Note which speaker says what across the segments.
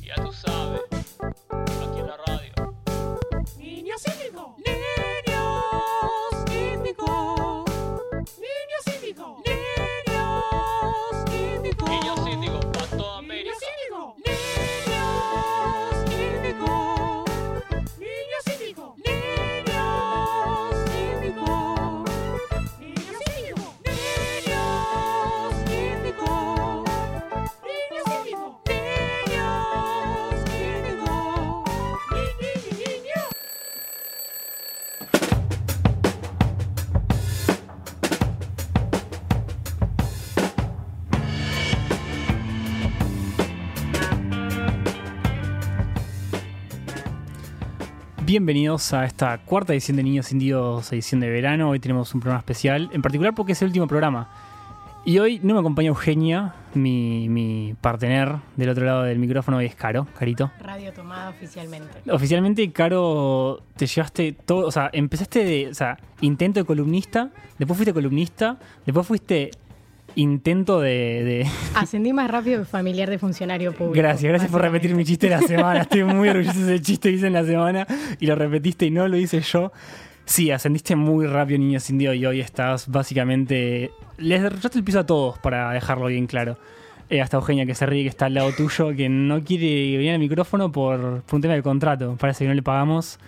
Speaker 1: Ya tú sabes, aquí en la radio.
Speaker 2: Niños Índigo.
Speaker 3: Niños Índigo.
Speaker 2: Niños Índigo.
Speaker 3: Niños Índigo.
Speaker 1: Niños Índigo, para toda América.
Speaker 2: Niños Índigo.
Speaker 3: Niños Índigo.
Speaker 2: Niños Índigo.
Speaker 3: Niños Índigo.
Speaker 2: Niños Índigo.
Speaker 3: Niños Índigo.
Speaker 2: Niños Índigo.
Speaker 3: Niños Índigo.
Speaker 2: Ni- ni- ni- niño.
Speaker 4: Bienvenidos a esta cuarta edición de Niños Indios, edición de verano. Hoy tenemos un programa especial, en particular porque es el último programa. Y hoy no me acompaña Eugenia, mi, mi partener del otro lado del micrófono, hoy es Caro, Carito.
Speaker 5: Radio tomada oficialmente.
Speaker 4: Oficialmente, Caro, te llevaste todo, o sea, empezaste de, o sea, intento de columnista, después fuiste columnista, después fuiste intento de... de-
Speaker 5: Ascendí más rápido que familiar de funcionario público.
Speaker 4: Gracias, gracias por repetir mi chiste de la semana, estoy muy orgulloso de ese chiste que hice en la semana y lo repetiste y no lo hice yo. Sí, ascendiste muy rápido, niño Indio, y hoy estás básicamente... Les derrochaste el piso a todos, para dejarlo bien claro. Eh, hasta Eugenia, que se ríe, que está al lado tuyo, que no quiere venir al micrófono por, por un tema del contrato. Parece que no le pagamos.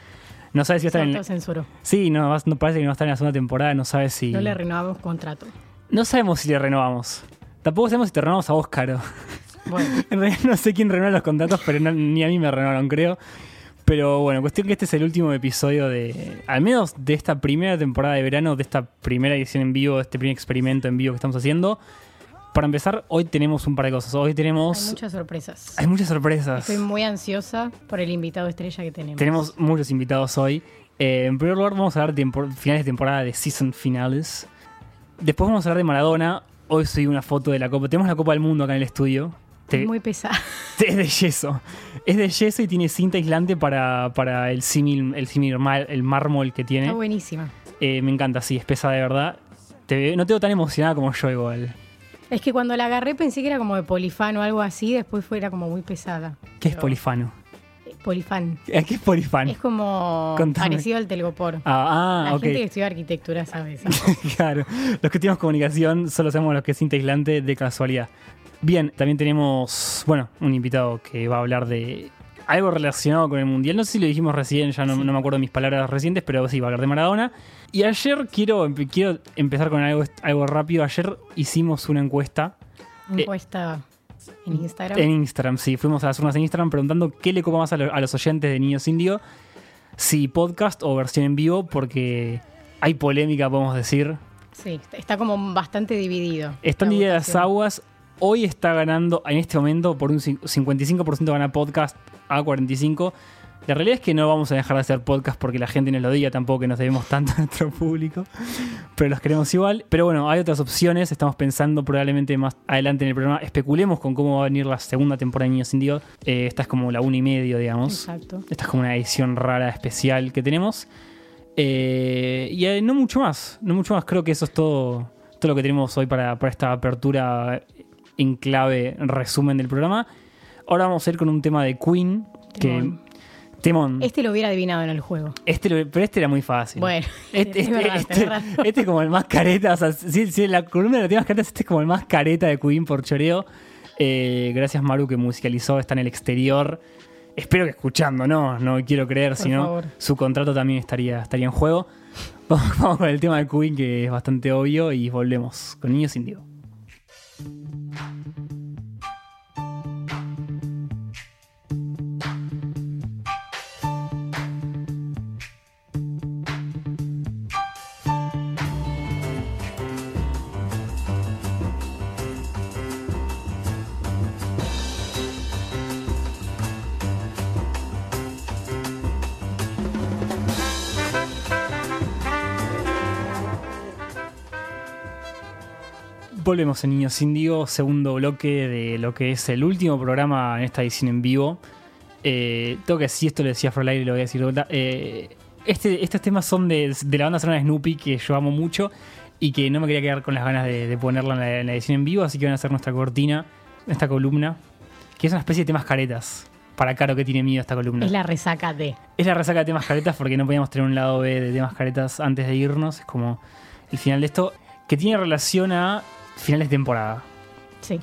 Speaker 4: No sabe si va a estar en...
Speaker 5: Autocensuro.
Speaker 4: Sí, no, vas- no, parece que no va a estar en la segunda temporada, no sabe si...
Speaker 5: No le renovamos contrato.
Speaker 4: No sabemos si le renovamos. Tampoco sabemos si te renovamos a vos, Caro.
Speaker 5: Bueno,
Speaker 4: En realidad no sé quién renueva los contratos, pero no- ni a mí me renovaron, creo. Pero bueno, cuestión que este es el último episodio de. Al menos de esta primera temporada de verano, de esta primera edición en vivo, de este primer experimento en vivo que estamos haciendo. Para empezar, hoy tenemos un par de cosas. Hoy
Speaker 5: hay
Speaker 4: tenemos.
Speaker 5: muchas sorpresas.
Speaker 4: Hay muchas sorpresas.
Speaker 5: Estoy muy ansiosa por el invitado estrella que tenemos.
Speaker 4: Tenemos muchos invitados hoy. Eh, en primer lugar, vamos a hablar de tempor- finales de temporada de season finales. Después vamos a hablar de Maradona. Hoy subí una foto de la Copa. Tenemos la Copa del Mundo acá en el estudio. Te-
Speaker 5: Muy pesada.
Speaker 4: Es de yeso. Es de yeso y tiene cinta aislante para, para el símil, el símil, ma- el mármol que tiene.
Speaker 5: Está buenísima.
Speaker 4: Eh, me encanta, sí, es pesada de verdad. Te veo- no te veo tan emocionada como yo igual.
Speaker 5: Es que cuando la agarré pensé que era como de polifán o algo así, después fuera como muy pesada.
Speaker 4: ¿Qué es
Speaker 5: Pero-
Speaker 4: polifano?
Speaker 5: Eh, Polifán.
Speaker 4: Eh, ¿Qué es polifano?
Speaker 5: Es como
Speaker 4: Contame.
Speaker 5: parecido al telgopor.
Speaker 4: Ah,
Speaker 5: la
Speaker 4: ah,
Speaker 5: gente que
Speaker 4: ok.
Speaker 5: estudia arquitectura sabe eso.
Speaker 4: claro. Los que tenemos comunicación solo sabemos lo que es cinta aislante de casualidad. Bien, también tenemos, bueno, un invitado que va a hablar de algo relacionado con el Mundial. No sé si lo dijimos recién, ya no, no me acuerdo mis palabras recientes, pero sí, va a hablar de Maradona. Y ayer quiero, empe- quiero empezar con algo, algo rápido. Ayer hicimos una encuesta Eh,
Speaker 5: Encuesta en Instagram.
Speaker 4: en Instagram, sí. Fuimos a las urnas en Instagram preguntando qué le copa más a, lo- a los oyentes de Niños Indio. Si podcast o versión en vivo, porque hay polémica, podemos decir.
Speaker 5: Sí, está- está como bastante dividido.
Speaker 4: Están
Speaker 5: la
Speaker 4: de las
Speaker 5: votación.
Speaker 4: aguas. Hoy está ganando, en este momento, por un cin- 55% gana podcast a 45%. La realidad es que no vamos a dejar de hacer podcast porque la gente nos lo diga tampoco, que nos debemos tanto a nuestro público. Pero los queremos igual. Pero bueno, hay otras opciones. Estamos pensando probablemente más adelante en el programa. Especulemos con cómo va a venir la segunda temporada de Niños Sin Dios. Eh, esta es como la una y medio, digamos.
Speaker 5: Exacto.
Speaker 4: Esta es como una edición rara, especial que tenemos. Eh, y eh, no mucho más, no mucho más. Creo que eso es todo, todo lo que tenemos hoy para, para esta apertura en clave, resumen del programa. Ahora vamos a ir con un tema de Queen.
Speaker 5: Temón.
Speaker 4: Que, temón.
Speaker 5: Este lo hubiera adivinado en el juego.
Speaker 4: Este lo- pero este era muy fácil.
Speaker 5: Bueno,
Speaker 4: Este,
Speaker 5: es
Speaker 4: este-
Speaker 5: verdad,
Speaker 4: este-
Speaker 5: tenés razón.
Speaker 4: este es como el más careta. O sea, si, si en la columna de temas caretas, este es como el más careta de Queen por choreo. Eh, gracias, Maru, que musicalizó. Está en el exterior. Espero que escuchando, ¿no? No quiero creer,
Speaker 5: Por
Speaker 4: si no,
Speaker 5: favor.
Speaker 4: su contrato también estaría, estaría en juego. Vamos, vamos con el tema de Queen, que es bastante obvio, y volvemos con Niños Indio. Volvemos en Niños Indio, segundo bloque de lo que es el último programa en esta edición en vivo. Eh, tengo que decir, esto lo decía Frolay y lo voy a decir de vuelta. Eh, este, estos temas son de, de la banda sonora de Snoopy, que yo amo mucho y que no me quería quedar con las ganas de, de ponerla en la, en la edición en vivo, así que van a hacer nuestra cortina, esta columna, que es una especie de temas caretas. para Caro que tiene miedo esta columna.
Speaker 5: Es la resaca de.
Speaker 4: Es la resaca de temas caretas porque no podíamos tener un lado B de temas caretas antes de irnos. Es como el final de esto, que tiene relación a finales de temporada.
Speaker 5: Sí.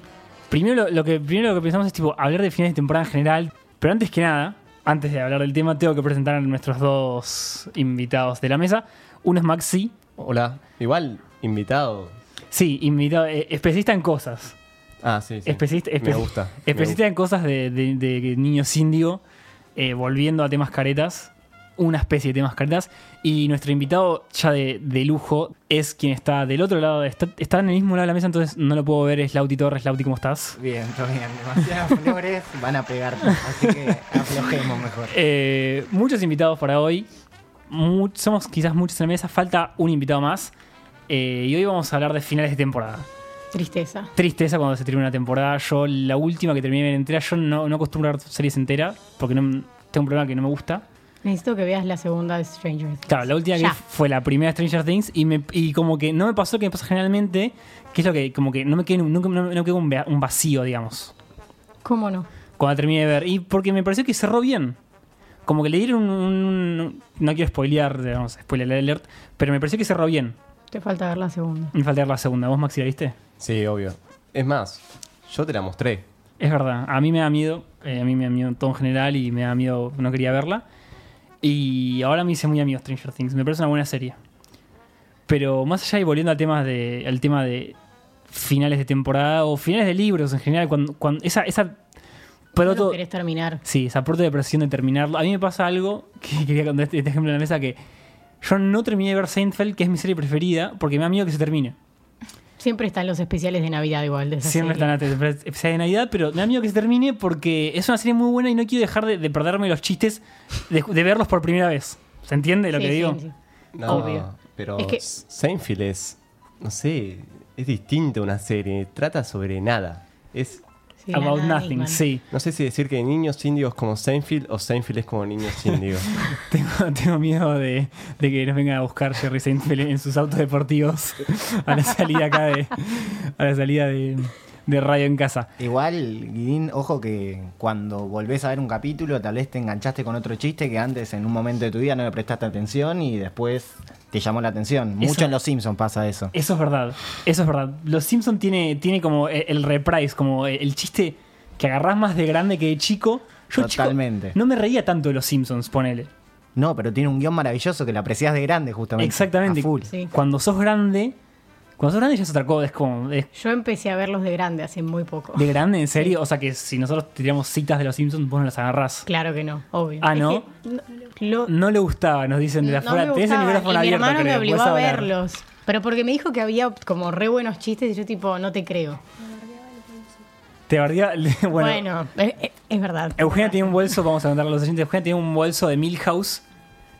Speaker 4: Primero lo, lo que, primero lo que pensamos es tipo hablar de finales de temporada en general. Pero antes que nada, antes de hablar del tema, tengo que presentar a nuestros dos invitados de la mesa. Uno es Maxi.
Speaker 6: Hola. Igual, invitado.
Speaker 4: Sí, invitado, eh, especialista en cosas.
Speaker 6: Ah, sí, sí.
Speaker 4: Especialista,
Speaker 6: Me
Speaker 4: espe-
Speaker 6: gusta. me
Speaker 4: especialista en cosas de, de- de niños índigo, eh, volviendo a temas caretas, una especie de temas caretas. Y nuestro invitado ya de, de lujo es quien está del otro lado, de- está, está en el mismo lado de la mesa, entonces no lo puedo ver, es Lauti Torres. Lauti, ¿cómo estás?
Speaker 7: Bien, todo bien. Demasiadas flores van a pegar. Así que aflojemos mejor.
Speaker 4: Eh, muchos invitados para hoy. Mu- somos quizás muchos en la mesa, falta un invitado más. Eh, y hoy vamos a hablar de finales de temporada.
Speaker 5: Tristeza.
Speaker 4: tristeza cuando se termina una temporada. Yo, la última que terminé de ver entera, yo no, no acostumbro a ver series enteras porque no, tengo un problema que no me gusta.
Speaker 5: Necesito que veas la segunda de Stranger Things.
Speaker 4: Claro, la última que
Speaker 5: Ya.
Speaker 4: vi fue la primera de Stranger Things y, me, y como que no me pasó lo que me pasa generalmente, que es lo que como que no me quedé, nunca- no, no quedó un, vea- un vacío, digamos,
Speaker 5: ¿Cómo no?
Speaker 4: cuando terminé de ver. Y porque me pareció que cerró bien. Como que le dieron un... un- no quiero spoilear, digamos, spoiler alert, pero me pareció que cerró bien.
Speaker 5: Te falta ver la segunda.
Speaker 4: Me falta ver la segunda. ¿Vos, Maxi, la viste?
Speaker 6: gusta. Sí, obvio. Es más, yo te la mostré.
Speaker 4: Es verdad, a mí me da miedo, eh, a mí me da miedo todo en general y me da miedo, no quería verla. Y ahora me hice muy amigo Stranger Things, me parece una buena serie. Pero más allá y volviendo al tema de, al tema de finales de temporada o finales de libros en general, cuando, cuando esa, esa
Speaker 5: No
Speaker 4: proto-
Speaker 5: querés terminar.
Speaker 4: sí, esa proto depresión de terminarlo, a mí me pasa algo que quería contar este, este ejemplo en la mesa que yo no terminé de ver Seinfeld, que es mi serie preferida, porque me da miedo que se termine.
Speaker 5: Siempre están los especiales de Navidad igual. De esa
Speaker 4: Siempre están
Speaker 5: serie.
Speaker 4: antes del episodio de Navidad, pero me da miedo que se termine porque es una serie muy buena y no quiero dejar de, de perderme los chistes de, de verlos por primera vez. ¿Se entiende lo
Speaker 5: Sí,
Speaker 4: que
Speaker 5: sí,
Speaker 4: digo?
Speaker 5: sí.
Speaker 6: No,
Speaker 5: Obvio.
Speaker 6: pero
Speaker 5: Es que-
Speaker 6: S- Seinfeld es, no sé, es distinto a una serie. Trata sobre nada. Es,
Speaker 5: Sí, la
Speaker 4: About
Speaker 5: nada
Speaker 4: nothing,
Speaker 5: misma.
Speaker 4: sí.
Speaker 6: no sé si decir que niños indios como Seinfeld o Seinfeld es como niños indios.
Speaker 4: Tengo, tengo miedo de, de que nos vengan a buscar Jerry Seinfeld en sus autos deportivos a la salida acá de. a la salida de, de radio en casa.
Speaker 7: Igual, Guidín, ojo que cuando volvés a ver un capítulo, tal vez te enganchaste con otro chiste que antes en un momento de tu vida no le prestaste atención y después te llamó la atención. Mucho
Speaker 4: Eso- Eh.
Speaker 7: en Los Simpsons pasa eso.
Speaker 4: Eso es verdad, eso es verdad. Los Simpson tiene, tiene como el, el reprise, como e, el, el chiste que agarrás más de grande que de chico. Yo, chico,
Speaker 7: Totalmente.
Speaker 4: no me reía tanto de los Simpsons, ponele.
Speaker 7: No, pero tiene un guión maravilloso que lo apreciás de grande, justamente.
Speaker 4: Exactamente.
Speaker 7: A full.
Speaker 5: Sí.
Speaker 4: Cuando sos grande, cuando sos grande ya es otra cosa, es como es
Speaker 5: Yo empecé a verlos de grande hace muy poco.
Speaker 4: de grande en serio, o sea que si nosotros tiramos citas de los Simpsons, vos no las agarrás.
Speaker 5: Claro que no, obvio.
Speaker 4: Ah,
Speaker 5: Es
Speaker 4: ¿no?
Speaker 5: que no- lo-
Speaker 4: No le gustaba, nos dicen de
Speaker 5: no
Speaker 4: afuera.
Speaker 5: me
Speaker 4: Tenés el
Speaker 5: gustaban,
Speaker 4: micrófono
Speaker 5: y
Speaker 4: abierto,
Speaker 5: mi hermano me
Speaker 4: creo,
Speaker 5: obligó
Speaker 4: podés
Speaker 5: a
Speaker 4: hablar.
Speaker 5: verlos. Pero porque me dijo que había como re buenos chistes y yo tipo, no te creo.
Speaker 4: Te bardeaba- bueno,
Speaker 5: Bueno, eh, eh, es, verdad.
Speaker 4: Eugenia tiene un bolso, vamos a contarle a los oyentes, Eugenia tiene un bolso de Milhouse,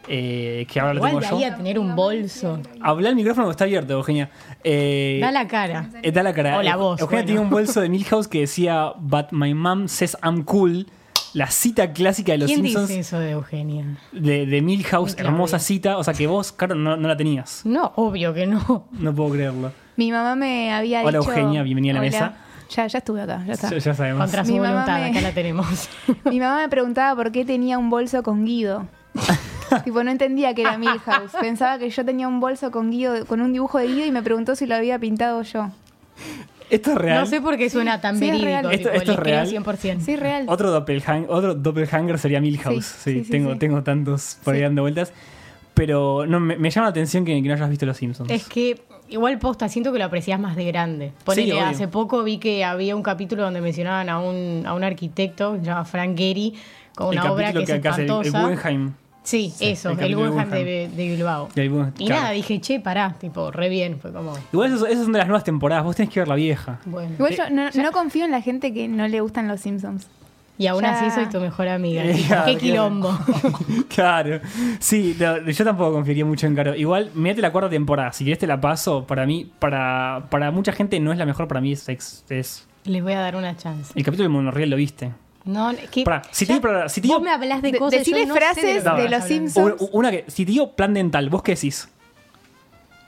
Speaker 4: eh, que ahora lo
Speaker 5: Igual
Speaker 4: tengo
Speaker 5: de
Speaker 4: yo.
Speaker 5: ahí a tener un bolso.
Speaker 4: Habla el micrófono que está abierto, Eugenia. Eh,
Speaker 5: Da la cara.
Speaker 4: eh, da la cara.
Speaker 5: O la
Speaker 4: Eu-
Speaker 5: voz,
Speaker 4: Eugenia
Speaker 5: bueno.
Speaker 4: tiene un bolso de Milhouse que decía, But my mom says I'm cool. La cita clásica de los
Speaker 5: ¿Quién
Speaker 4: Simpsons.
Speaker 5: dice eso de Eugenia?
Speaker 4: de, de Milhouse,
Speaker 5: Muy claro.
Speaker 4: hermosa cita. O sea que vos, claro, no, no la tenías.
Speaker 5: No, obvio que no.
Speaker 4: No puedo creerlo.
Speaker 8: Mi mamá me había
Speaker 4: Hola,
Speaker 8: dicho.
Speaker 4: Eugenia, bienvenida a la mesa.
Speaker 8: Ya, ya estuve acá, ya está.
Speaker 4: Ya, ya sabemos.
Speaker 5: Contra su
Speaker 8: Mi mamá
Speaker 5: voluntad,
Speaker 8: me-
Speaker 5: acá la tenemos.
Speaker 8: Mi mamá me preguntaba por qué tenía un bolso con Guido. tipo, no entendía que era Milhouse. Pensaba que yo tenía un bolso con Guido, con un dibujo de Guido y me preguntó si lo había pintado yo.
Speaker 4: Esto es real.
Speaker 5: No sé por qué suena tan
Speaker 8: Sí, es
Speaker 5: verídico.
Speaker 8: real.
Speaker 4: Esto-
Speaker 5: tipo,
Speaker 4: esto es
Speaker 5: le creo
Speaker 4: real.
Speaker 5: 100%.
Speaker 8: Sí, real.
Speaker 4: Otro, doppelhang- otro doppelhanger sería Milhouse. Sí,
Speaker 8: Sí, sí, sí,
Speaker 4: tengo,
Speaker 8: sí.
Speaker 4: tengo tantos por ahí
Speaker 8: Sí.
Speaker 4: dando vueltas. Pero no, me, me llama la atención que, que no hayas visto Los Simpsons.
Speaker 5: Es que igual posta, siento que lo aprecias más de grande.
Speaker 4: Sí,
Speaker 5: Ponele,
Speaker 4: obvio.
Speaker 5: hace poco vi que había un capítulo donde mencionaban a un, a un arquitecto que se llama Frank Gehry con
Speaker 4: el
Speaker 5: una obra que
Speaker 4: capítulo
Speaker 5: es
Speaker 4: que hace el, el
Speaker 5: espantosa.
Speaker 4: Guggenheim.
Speaker 5: sí, eso,
Speaker 4: el
Speaker 5: el,
Speaker 4: capítulo de
Speaker 5: Guggenheim de, de Bilbao.
Speaker 4: El Guggenheim,
Speaker 5: y
Speaker 4: claro.
Speaker 5: nada, dije, che, pará, tipo, re bien. Fue como,
Speaker 4: Igual esas esas son de las nuevas temporadas. Vos tenés que ver la vieja.
Speaker 5: bueno.
Speaker 8: Igual
Speaker 4: Eh,
Speaker 8: yo no, no confío en la gente que no le gustan los Simpsons.
Speaker 5: Y aún
Speaker 8: Ya.
Speaker 5: así soy tu mejor amiga.
Speaker 4: Eh,
Speaker 5: tipo,
Speaker 4: claro,
Speaker 5: Qué
Speaker 4: qué
Speaker 5: quilombo.
Speaker 4: Claro. Sí, no, yo tampoco confiaría mucho en Caro. Igual, mirate la cuarta temporada. Si querés te la paso, para mí, para, para mucha gente no es la mejor, para mí es, ex- es-
Speaker 5: Les voy a dar una chance.
Speaker 4: El capítulo del monorriel lo viste.
Speaker 5: No, es que.
Speaker 4: Pará, si
Speaker 5: ya
Speaker 4: te- pará, si te-
Speaker 5: vos me hablas de
Speaker 8: De-
Speaker 5: cosas. yo
Speaker 8: decile
Speaker 5: no sé lo
Speaker 8: frases
Speaker 5: que
Speaker 4: de
Speaker 5: estás
Speaker 8: los
Speaker 5: hablando.
Speaker 8: Simpsons.
Speaker 4: U- Una que, si te digo plan dental, ¿vos qué decís?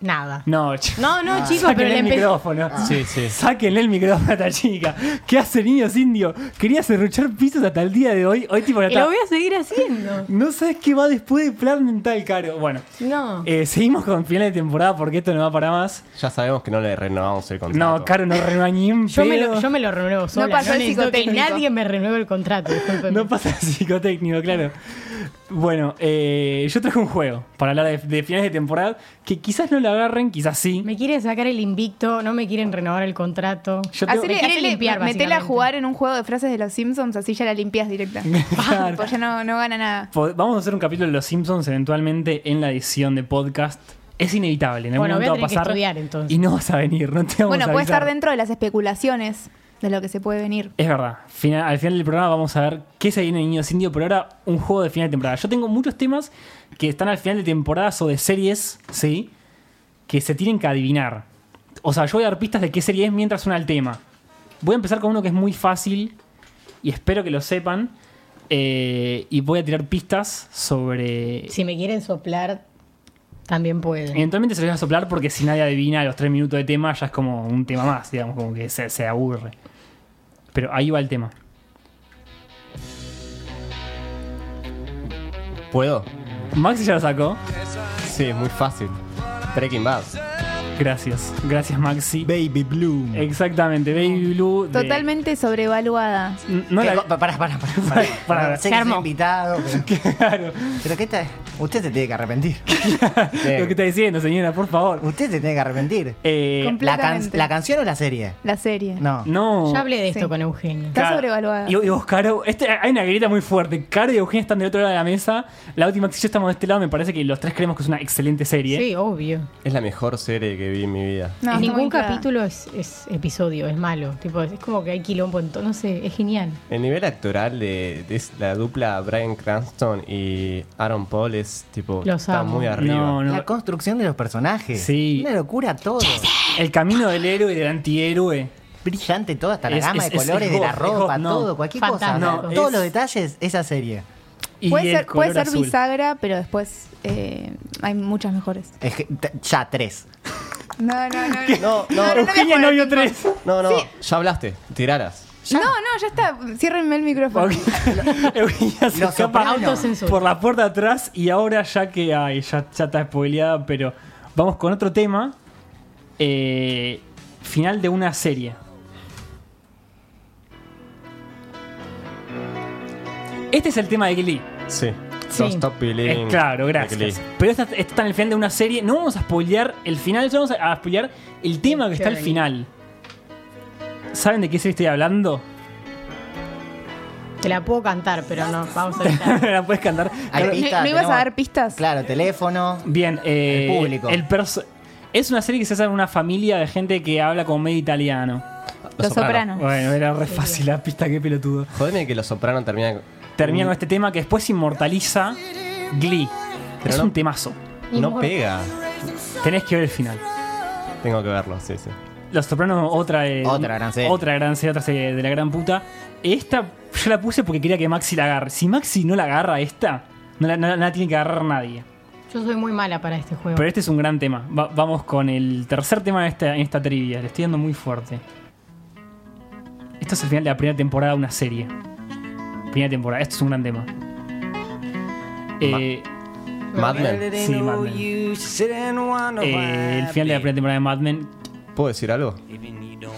Speaker 5: Nada.
Speaker 4: No, ch-
Speaker 5: No, no, chicos,
Speaker 4: Sáquenle
Speaker 5: pero le
Speaker 4: Ah,
Speaker 5: Ah.
Speaker 4: el
Speaker 5: empe-
Speaker 4: micrófono.
Speaker 6: Sí, sí.
Speaker 4: Sáquenle el micrófono a esta chica. ¿Qué hace niños indio? Quería serruchar pisos hasta el día de hoy. Hoy tipo la
Speaker 5: Y
Speaker 4: ta-
Speaker 5: lo voy a seguir haciendo.
Speaker 4: No sabes qué va después de plan mental, caro. Bueno,
Speaker 5: No.
Speaker 4: eh, seguimos con final de temporada porque esto no va para más.
Speaker 6: Ya sabemos que no le renovamos el contrato.
Speaker 4: No, caro, no renueva ni en
Speaker 5: Yo me,
Speaker 4: pedo.
Speaker 5: lo, yo me lo renuevo sola. No,
Speaker 8: pasó el
Speaker 5: necesito que
Speaker 8: psicotécnico.
Speaker 5: nadie me renueve el contrato. discúlpenme.
Speaker 4: No pasa psicotécnico, claro. Bueno, eh, yo traje un juego para hablar de, de finales de temporada que quizás no lo agarren, quizás sí.
Speaker 5: Me quieren sacar el invicto, no me quieren renovar el contrato.
Speaker 4: Yo tengo-
Speaker 8: Hacele,
Speaker 5: Me quiere
Speaker 8: hacele-
Speaker 5: limpiar,
Speaker 8: metela a
Speaker 5: básicamente.
Speaker 8: jugar en un juego de frases de los Simpsons, así ya la limpias directa.
Speaker 4: Claro.
Speaker 8: Pues ya no, no gana nada.
Speaker 4: Pod- Vamos a hacer un capítulo de Los Simpsons eventualmente en la edición de podcast. Es inevitable, en algún
Speaker 5: Bueno, voy a
Speaker 4: momento va a
Speaker 5: tener que
Speaker 4: pasar.
Speaker 5: estudiar, entonces.
Speaker 4: Y no vas a venir, no te vamos
Speaker 8: Bueno,
Speaker 4: a
Speaker 8: puede estar
Speaker 4: avisar.
Speaker 8: dentro de las especulaciones de lo que se puede venir.
Speaker 4: Es verdad. Final- al final del programa vamos a ver qué se viene en Niños Indio, pero ahora un juego de final de temporada. Yo tengo muchos temas que están al final de temporadas o de series, ¿sí? Que se tienen que adivinar. O sea, yo voy a dar pistas de qué serie es mientras suena el tema. Voy a empezar con uno que es muy fácil y espero que lo sepan. eh, y voy a tirar pistas sobre...
Speaker 5: Si me quieren soplar, también pueden.
Speaker 4: Eventualmente se les va a soplar porque si nadie adivina los tres minutos de tema ya es como un tema más, digamos, como que se, se aburre. Pero ahí va el tema.
Speaker 6: ¿Puedo?
Speaker 4: Maxi ya lo sacó.
Speaker 6: Sí, es muy fácil. Breaking Bad.
Speaker 4: Gracias, gracias Maxi.
Speaker 7: Baby Bloom.
Speaker 4: Eh, Exactamente, Baby Blue. de-
Speaker 8: Totalmente sobrevaluada.
Speaker 4: N- No la-
Speaker 7: Pará, pará, pará.
Speaker 4: Pará,
Speaker 7: Sé
Speaker 5: se
Speaker 7: que soy
Speaker 5: armó.
Speaker 7: invitado, pero,
Speaker 4: Claro,
Speaker 7: pero ¿qué está? Usted se tiene que arrepentir.
Speaker 4: lo que está diciendo, señora, por favor.
Speaker 7: Usted se tiene que arrepentir.
Speaker 4: Eh,
Speaker 8: Compl-
Speaker 7: ¿La, can-
Speaker 8: Completamente.
Speaker 7: la canción o la serie?
Speaker 8: La serie.
Speaker 7: No.
Speaker 4: no.
Speaker 5: Ya hablé de esto
Speaker 8: Sí.
Speaker 5: con Eugenio.
Speaker 8: Está
Speaker 4: Claro.
Speaker 8: sobrevaluada.
Speaker 4: Y, y vos, Caro, este, hay una grita muy fuerte. Caro y Eugenia están del otro lado de la mesa. La última que yo estamos de este lado, me parece que los tres creemos que es una excelente serie.
Speaker 5: Sí, obvio.
Speaker 6: Es la mejor serie que vi en mi vida.
Speaker 8: No,
Speaker 5: En
Speaker 8: está
Speaker 5: ningún
Speaker 8: muy clara.
Speaker 5: capítulo es, es episodio, es malo. Tipo, es como que hay quilombo en todo. No sé, es genial.
Speaker 6: El nivel actoral de, de la dupla Brian Cranston y Aaron Paul es tipo
Speaker 5: Los
Speaker 6: está
Speaker 5: amo.
Speaker 6: muy arriba.
Speaker 4: No, no.
Speaker 7: La construcción de los personajes.
Speaker 4: Sí.
Speaker 7: Una locura todo.
Speaker 4: El camino del héroe y del antihéroe.
Speaker 7: Brillante todo, hasta la
Speaker 4: Es-
Speaker 7: gama
Speaker 4: es-
Speaker 7: de
Speaker 4: es-
Speaker 7: colores
Speaker 4: es
Speaker 7: de la
Speaker 4: God, es
Speaker 7: ropa,
Speaker 4: God, no.
Speaker 7: todo, cualquier
Speaker 5: Fantástico.
Speaker 7: cosa.
Speaker 5: No,
Speaker 7: todos
Speaker 4: es-
Speaker 7: los detalles, esa serie.
Speaker 4: Y
Speaker 8: Puede
Speaker 4: el
Speaker 8: ser, puede
Speaker 4: color
Speaker 8: ser
Speaker 4: azul.
Speaker 8: bisagra, pero después eh, hay muchas mejores.
Speaker 7: Es que- t- ya tres.
Speaker 8: No, no, no. no.
Speaker 6: No, no,
Speaker 8: No, no, no.
Speaker 4: Eugenia no vio tres.
Speaker 6: no, no, ya hablaste, tiraras.
Speaker 8: No, no, ya está. Ciérrenme el micrófono.
Speaker 4: Eugenia se
Speaker 7: Los
Speaker 4: escapa
Speaker 7: Soprano.
Speaker 5: Autocensura.
Speaker 4: por la puerta atrás y ahora ya que ay, ya, ya está spoileada, pero vamos con otro tema. Eh, final de una serie. Este es el tema de Glee.
Speaker 6: Sí.
Speaker 5: Sí.
Speaker 6: No stop
Speaker 4: Eh,
Speaker 6: believing.
Speaker 4: claro,
Speaker 6: Lee.
Speaker 4: gracias. Pero esta, esta está en el final de una serie. No vamos a spoilear el final, solo vamos a spoilear el tema que está al
Speaker 5: Journey.
Speaker 4: final. ¿Saben de qué serie estoy hablando?
Speaker 5: Te la puedo cantar, pero no, vamos a evitar.
Speaker 4: la puedes cantar.
Speaker 7: Hay
Speaker 8: ¿No-
Speaker 7: pistas,
Speaker 8: no ibas a
Speaker 7: tenemos-
Speaker 8: dar pistas?
Speaker 7: Claro, teléfono.
Speaker 4: Bien, eh,
Speaker 7: El público.
Speaker 4: el perso- es una serie que se hace en una familia de gente que habla como medio italiano.
Speaker 8: Los Soprano.
Speaker 4: Bueno, era re fácil la pista, qué pelotudo.
Speaker 6: Jodeme que Los Soprano terminan.
Speaker 4: Termina con
Speaker 7: Mm.
Speaker 4: este tema que después inmortaliza Glee.
Speaker 6: Pero
Speaker 4: es
Speaker 6: no-
Speaker 4: un temazo.
Speaker 6: No pega.
Speaker 4: Tenés que ver el final.
Speaker 6: Tengo que verlo, sí, sí.
Speaker 4: Los Sopranos, otra eh,
Speaker 7: Otra gran serie.
Speaker 4: Otra gran serie, otra serie de la gran puta. Esta yo la puse porque quería que Maxi la agarre. Si Maxi no la agarra esta, no la, no la- no la tiene que agarrar nadie.
Speaker 5: Yo soy muy mala para este juego.
Speaker 4: Pero este es un gran tema. Va- vamos con el tercer tema de esta, en esta trivia. Le estoy dando muy fuerte. Esto es el final de la primera temporada de una serie. Primera temporada. Esto es un gran tema. Eh,
Speaker 6: Mad Men.
Speaker 4: sí, Mad Men. Eh, el final de la primera temporada de Mad Men.
Speaker 6: ¿Puedo decir algo?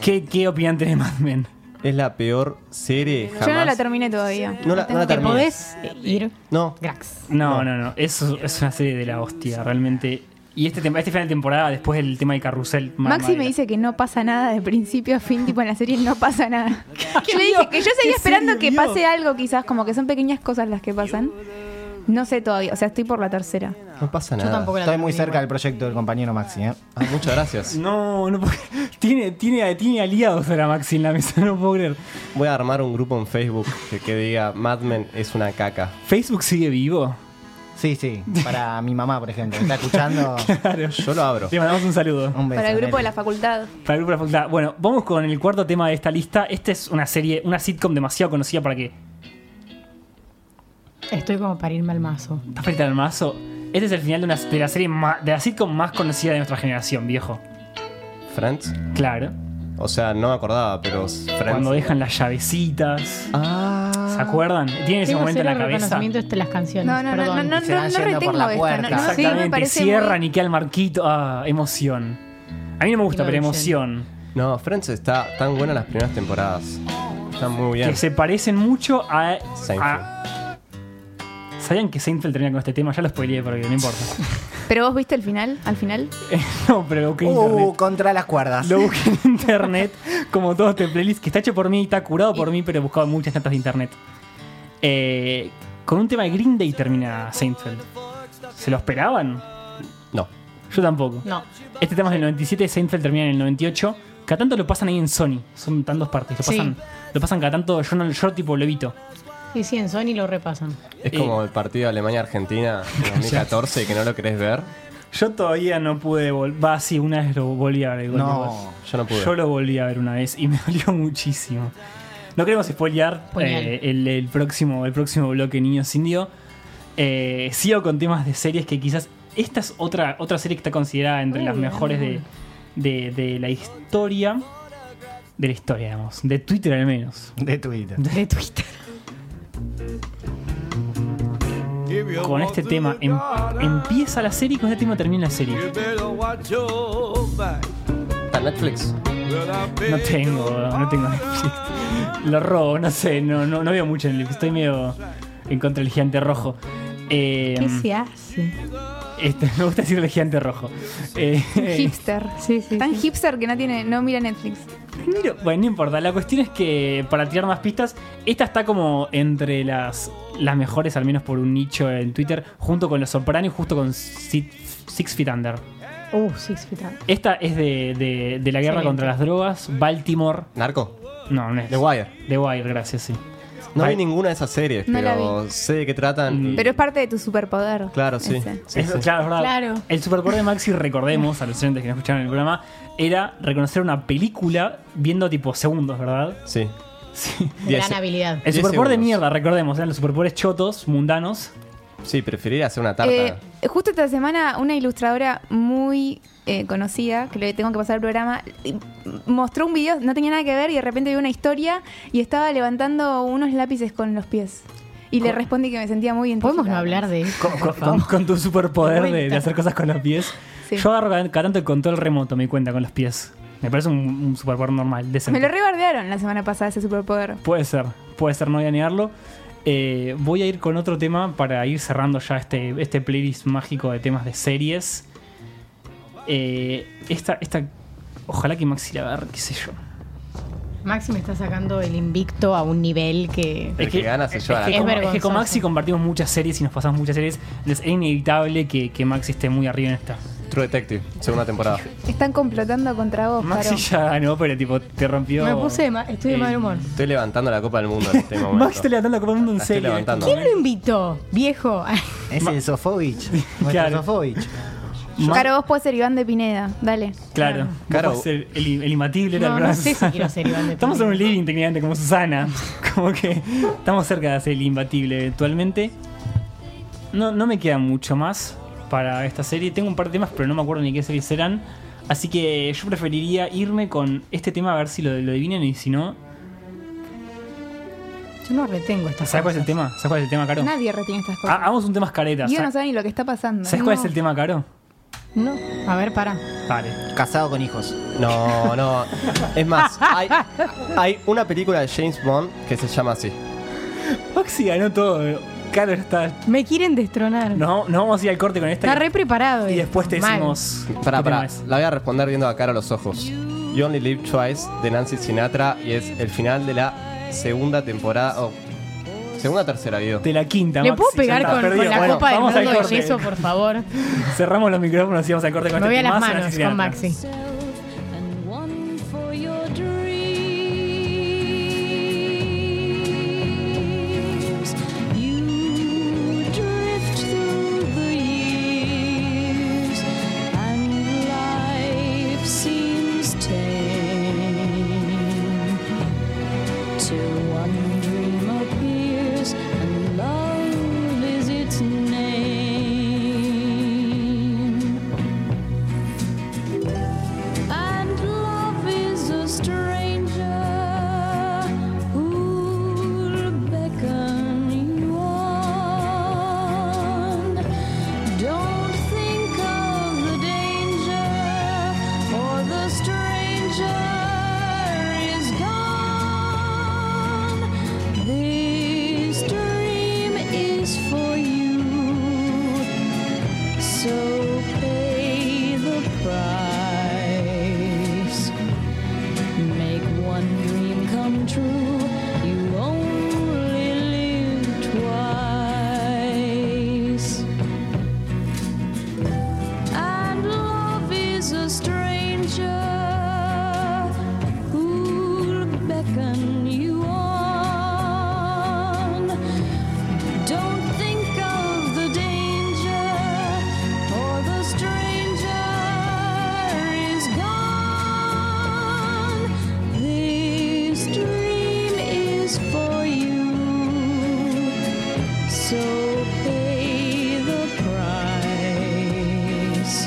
Speaker 4: ¿Qué, qué opinan de Mad Men?
Speaker 6: Es la peor serie jamás.
Speaker 8: Yo no la terminé todavía.
Speaker 6: No la- no
Speaker 5: ¿Te
Speaker 6: la
Speaker 8: tengo
Speaker 6: terminé.
Speaker 8: tiempo.
Speaker 5: podés ir?
Speaker 6: No,
Speaker 5: Grax.
Speaker 4: No, no, no. Es, es una serie de la hostia, realmente. Y este, tem- este final de temporada, después del tema de Carrusel. ma-
Speaker 8: Maxi
Speaker 4: madera.
Speaker 8: me dice que no pasa nada de principio a fin, tipo en la serie no pasa nada. Yo le dije que yo seguía esperando que pase algo quizás, como que son pequeñas cosas las que pasan. No sé todavía, o sea, estoy por la tercera.
Speaker 6: no pasa nada.
Speaker 5: Yo tampoco la
Speaker 7: Ah, Estoy muy
Speaker 5: terminé
Speaker 7: cerca del
Speaker 5: igual.
Speaker 7: proyecto del compañero Maxi, ¿eh?
Speaker 6: Ah, muchas gracias.
Speaker 4: No, no puedo- tiene, tiene, tiene aliados ahora Maxi en la mesa, no puedo creer.
Speaker 6: Voy a armar un grupo en Facebook que, que diga Mad Men es una caca.
Speaker 4: ¿Facebook sigue vivo?
Speaker 7: Sí, sí. Para mi mamá, por ejemplo. Está escuchando.
Speaker 4: Claro.
Speaker 6: Yo lo abro.
Speaker 4: Le mandamos un saludo.
Speaker 7: Un beso,
Speaker 8: Para el grupo de
Speaker 7: Nelly.
Speaker 8: la facultad.
Speaker 4: Para el grupo de la facultad. Bueno, vamos con el cuarto tema de esta lista. Esta es una serie, una sitcom demasiado conocida para que.
Speaker 5: Estoy como para irme al mazo.
Speaker 4: ¿Estás frente al mazo? Este es el final de, una, de la serie ma- de la sitcom más conocida de nuestra generación, viejo.
Speaker 6: Friends.
Speaker 4: Claro.
Speaker 6: O sea, no me acordaba, pero Friends.
Speaker 4: Cuando dejan las llavecitas.
Speaker 6: Ah.
Speaker 4: ¿Se acuerdan? Tienen ese
Speaker 5: Tengo
Speaker 4: momento en
Speaker 5: cero
Speaker 4: la cabeza.
Speaker 5: reconocimiento de las canciones.
Speaker 8: No, no, no, no, no,
Speaker 5: perdón.
Speaker 8: no,
Speaker 7: Y se van
Speaker 8: no
Speaker 7: yendo por
Speaker 8: retengo
Speaker 7: la
Speaker 8: esta. No,
Speaker 7: puerta.
Speaker 8: no, sí, me
Speaker 4: Exactamente.
Speaker 8: parece muy-
Speaker 4: Cierran y queda el marquito. Ah, emoción. A mí no me gusta, pero emoción.
Speaker 6: No, Friends está tan buena las primeras temporadas. Está muy bien.
Speaker 4: Que se parecen mucho a.
Speaker 6: Seinfeld.
Speaker 4: a- ¿Sabían que Seinfeld termina con este tema? Ya lo spoileé, pero no importa.
Speaker 8: Pero vos viste el final, al final.
Speaker 4: no, pero lo busqué en
Speaker 7: Uh,
Speaker 4: internet.
Speaker 7: contra las cuerdas.
Speaker 4: Lo busqué en internet, como todo este playlist, que está hecho por mí y está curado por mí, pero he buscado en muchas notas de internet. Eh, con un tema de Green Day termina Seinfeld. ¿Se lo esperaban?
Speaker 6: No.
Speaker 4: Yo tampoco.
Speaker 5: No.
Speaker 4: Este tema es del 97, Seinfeld termina en el 98. Cada tanto lo pasan ahí en Sony. Son tantos partes. Lo
Speaker 5: Sí.
Speaker 4: pasan, lo pasan cada tanto. Yo, no, yo tipo lo evito.
Speaker 5: Y sí, en Sony lo repasan.
Speaker 6: Es
Speaker 4: Eh.
Speaker 6: como el partido de Alemania-Argentina en 2014 que no lo querés ver.
Speaker 4: Yo todavía no pude volver. Va, sí, una vez lo volví a ver. igual que vos.
Speaker 7: No.
Speaker 6: Yo no pude.
Speaker 4: Yo lo volví a ver una vez y me dolió muchísimo. No queremos spoilear
Speaker 5: Spoilear.
Speaker 4: eh, el, el próximo, el próximo bloque Niños Indio. Eh, sigo con temas de series que quizás. Esta es otra, otra serie que está considerada entre las mejores de, de- de la historia. De la historia, digamos. De Twitter al menos.
Speaker 7: De Twitter.
Speaker 5: De Twitter.
Speaker 4: Con este tema em- empieza la serie y con este tema termina la serie.
Speaker 6: Está en Netflix.
Speaker 4: No tengo, no tengo Netflix. Lo robo, no sé, no, no, no veo mucho Netflix. Estoy medio en contra del gigante rojo. Eh,
Speaker 8: ¿Qué se hace?
Speaker 4: este, me gusta decir el gigante rojo. Eh,
Speaker 8: Hipster.
Speaker 5: Sí, sí.
Speaker 8: Tan hipster que no tiene, no mira Netflix.
Speaker 4: miro- bueno, no importa. La cuestión es que, para tirar más pistas, esta está como entre las, las mejores, al menos por un nicho en Twitter, junto con Los Sopranos y justo con Six, Six Feet Under.
Speaker 5: Uh, Six Feet Under.
Speaker 4: Esta es de, de- de la guerra
Speaker 5: Excelente.
Speaker 4: contra las drogas, Baltimore.
Speaker 6: Narco.
Speaker 4: No, no es.
Speaker 6: The Wire.
Speaker 4: The Wire, gracias, sí.
Speaker 6: No
Speaker 4: Bye.
Speaker 6: vi ninguna de esas series,
Speaker 8: No la
Speaker 6: pero sé de qué tratan. y-
Speaker 8: Pero es parte de tu superpoder.
Speaker 6: Claro, sí.
Speaker 8: Ese.
Speaker 6: Sí,
Speaker 4: Eso,
Speaker 6: sí.
Speaker 4: Claro, Mm. es verdad.
Speaker 5: Claro.
Speaker 4: El superpoder de Maxi, recordemos a los oyentes que no escucharon el programa, era reconocer una película viendo tipo segundos, ¿verdad?
Speaker 6: Sí.
Speaker 4: Sí.
Speaker 6: Diez-
Speaker 5: Gran habilidad.
Speaker 4: El
Speaker 6: Diez
Speaker 4: superpoder de
Speaker 6: segundos.
Speaker 4: mierda, recordemos, eran los superpoderes chotos, mundanos.
Speaker 6: Sí, preferiría hacer una tarta.
Speaker 8: Eh, justo esta semana una ilustradora muy eh, conocida, que le tengo que pasar el programa, y- mostró un video, no tenía nada que ver y de repente vi una historia y estaba levantando unos lápices con los pies. Y le respondí que me sentía muy
Speaker 5: ¿Podemos no
Speaker 8: identificada.
Speaker 5: hablar de eso?
Speaker 4: Con, con- con tu superpoder de- de,
Speaker 5: Cuenta.
Speaker 4: hacer cosas con los pies.
Speaker 8: Sí.
Speaker 4: Yo agarro cada, cada tanto el control remoto, me cuenta con los pies. Me parece un, un superpoder normal, decente.
Speaker 8: Me lo rebardearon la semana pasada ese superpoder.
Speaker 4: Puede ser, puede ser, no voy a negarlo. Eh, voy a ir con otro tema para ir cerrando ya este, este playlist mágico de temas de series. Eh, esta, esta, ojalá que Maxi la agarre, qué sé yo.
Speaker 5: Maxi me está sacando el invicto a un nivel que.
Speaker 6: El que gana se lleva
Speaker 4: es
Speaker 6: la
Speaker 4: que con- es que
Speaker 5: copa. Es
Speaker 4: con
Speaker 5: vergonzoso.
Speaker 4: Maxi compartimos muchas series y nos pasamos muchas series. Entonces es inevitable que, que Maxi esté muy arriba en esta.
Speaker 6: True Detective, segunda temporada.
Speaker 8: Están complotando contra vos,
Speaker 4: Maxi
Speaker 8: Caro.
Speaker 4: ya ganó, pero tipo, te rompió.
Speaker 5: Me puse de ma- estoy de
Speaker 4: el-
Speaker 5: mal humor.
Speaker 6: Estoy levantando la Copa del Mundo en este momento.
Speaker 4: Maxi está levantando la Copa del Mundo en
Speaker 6: La estoy
Speaker 4: serio.
Speaker 6: levantando.
Speaker 5: ¿Quién lo invitó? Viejo.
Speaker 7: Es el Sofovich. Nuestro
Speaker 4: Claro.
Speaker 7: Sofovich.
Speaker 4: Ma-
Speaker 8: Caro, vos podés ser Iván de Pineda, dale.
Speaker 4: Claro,
Speaker 6: Claro.
Speaker 4: Vos podés ser el, el imbatible era
Speaker 5: No,
Speaker 4: el programa
Speaker 5: no sé si
Speaker 4: Susana.
Speaker 5: quiero ser Iván de
Speaker 4: Estamos en un
Speaker 5: Pineda.
Speaker 4: living técnicamente como Susana. Como que estamos cerca de ser el imbatible eventualmente. No, no me queda mucho más para esta serie. Tengo un par de temas, pero no me acuerdo ni qué series eran. Así que yo preferiría irme con este tema a ver si lo, lo adivinan y si no.
Speaker 5: Yo no retengo estas
Speaker 4: ¿Sabes cuál es el tema? ¿Sabes cuál es el tema, Caro?
Speaker 8: Nadie retiene estas
Speaker 4: Ha-
Speaker 8: cosas.
Speaker 4: Hagamos un tema escareta.
Speaker 8: Yo no
Speaker 4: ¿Sabes
Speaker 8: sabe ni lo que está pasando.
Speaker 4: cuál
Speaker 8: No.
Speaker 4: es el tema, Caro?
Speaker 5: No. A ver, para.
Speaker 4: Vale.
Speaker 7: Casado con hijos.
Speaker 6: No, no. Es más, hay, hay una película de James Bond que se llama así.
Speaker 4: Maxi ganó todo. Caro ya está.
Speaker 5: Me quieren destronar.
Speaker 4: No, no vamos a ir al corte con esta.
Speaker 5: Está
Speaker 4: y-
Speaker 5: re preparado.
Speaker 4: y
Speaker 5: eh.
Speaker 4: después te
Speaker 5: Mal.
Speaker 4: decimos.
Speaker 6: Pará,
Speaker 4: qué tema
Speaker 6: pará.
Speaker 4: es.
Speaker 6: La voy a responder viendo a cara a los ojos. You Only Live Twice de Nancy Sinatra y es el final de la segunda temporada. o segunda o tercera, Guido.
Speaker 4: De la quinta.
Speaker 5: ¿Le
Speaker 4: Maxi,
Speaker 5: puedo
Speaker 4: ya
Speaker 5: pegar
Speaker 4: está,
Speaker 5: con, con
Speaker 4: perdió.
Speaker 5: la
Speaker 4: Bueno,
Speaker 5: copa del
Speaker 4: vamos al
Speaker 5: mundo de
Speaker 4: corte.
Speaker 5: queso, por favor?
Speaker 4: Cerramos los micrófonos y vamos al corte con
Speaker 5: Me voy a
Speaker 4: este
Speaker 5: las
Speaker 4: temazo,
Speaker 5: manos
Speaker 4: Nancy Sinatra.
Speaker 5: con Maxi.
Speaker 3: and one for your dreams. You drift through the years, and life seems tame. Till one dream appears, and love is its name. true. You only live twice. And love is a stranger who'll beckon you on. Don't think of the danger, for the stranger is gone. This dream is for you. So pay the price.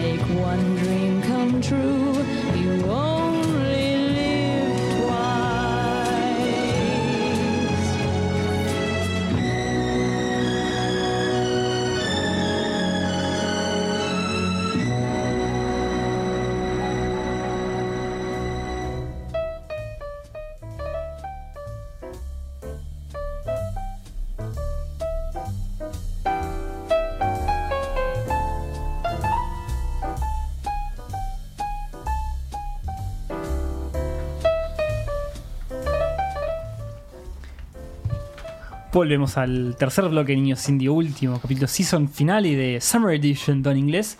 Speaker 3: Make one dream come true. You only live twice.
Speaker 4: Volvemos al tercer bloque, niños indie, último capítulo season final y de Summer Edition Don Inglés.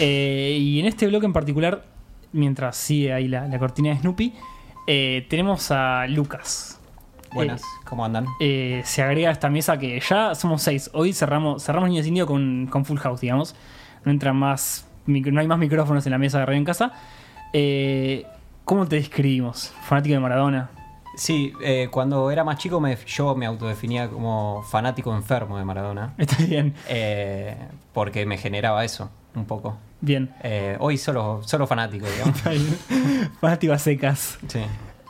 Speaker 4: Eh, y en este bloque en particular, mientras sigue ahí la, la cortina de Snoopy, eh, tenemos a Lucas.
Speaker 9: Buenas, ¿cómo andan?
Speaker 4: Eh, se agrega a esta mesa que ya somos seis. Hoy cerramos, cerramos Niños Indio con, con Full House, digamos. No entran más. micro- no hay más micrófonos en la mesa de Radio en Casa. Eh, ¿Cómo te describimos? Fanático de Maradona.
Speaker 9: Sí, eh, cuando era más chico me, yo me autodefinía como fanático enfermo de Maradona,
Speaker 4: Está bien.
Speaker 9: eh, porque me generaba eso un poco.
Speaker 4: Bien.
Speaker 9: Eh, hoy solo, solo fanático, digamos.
Speaker 4: Está bien. Fanático a secas.
Speaker 9: Sí.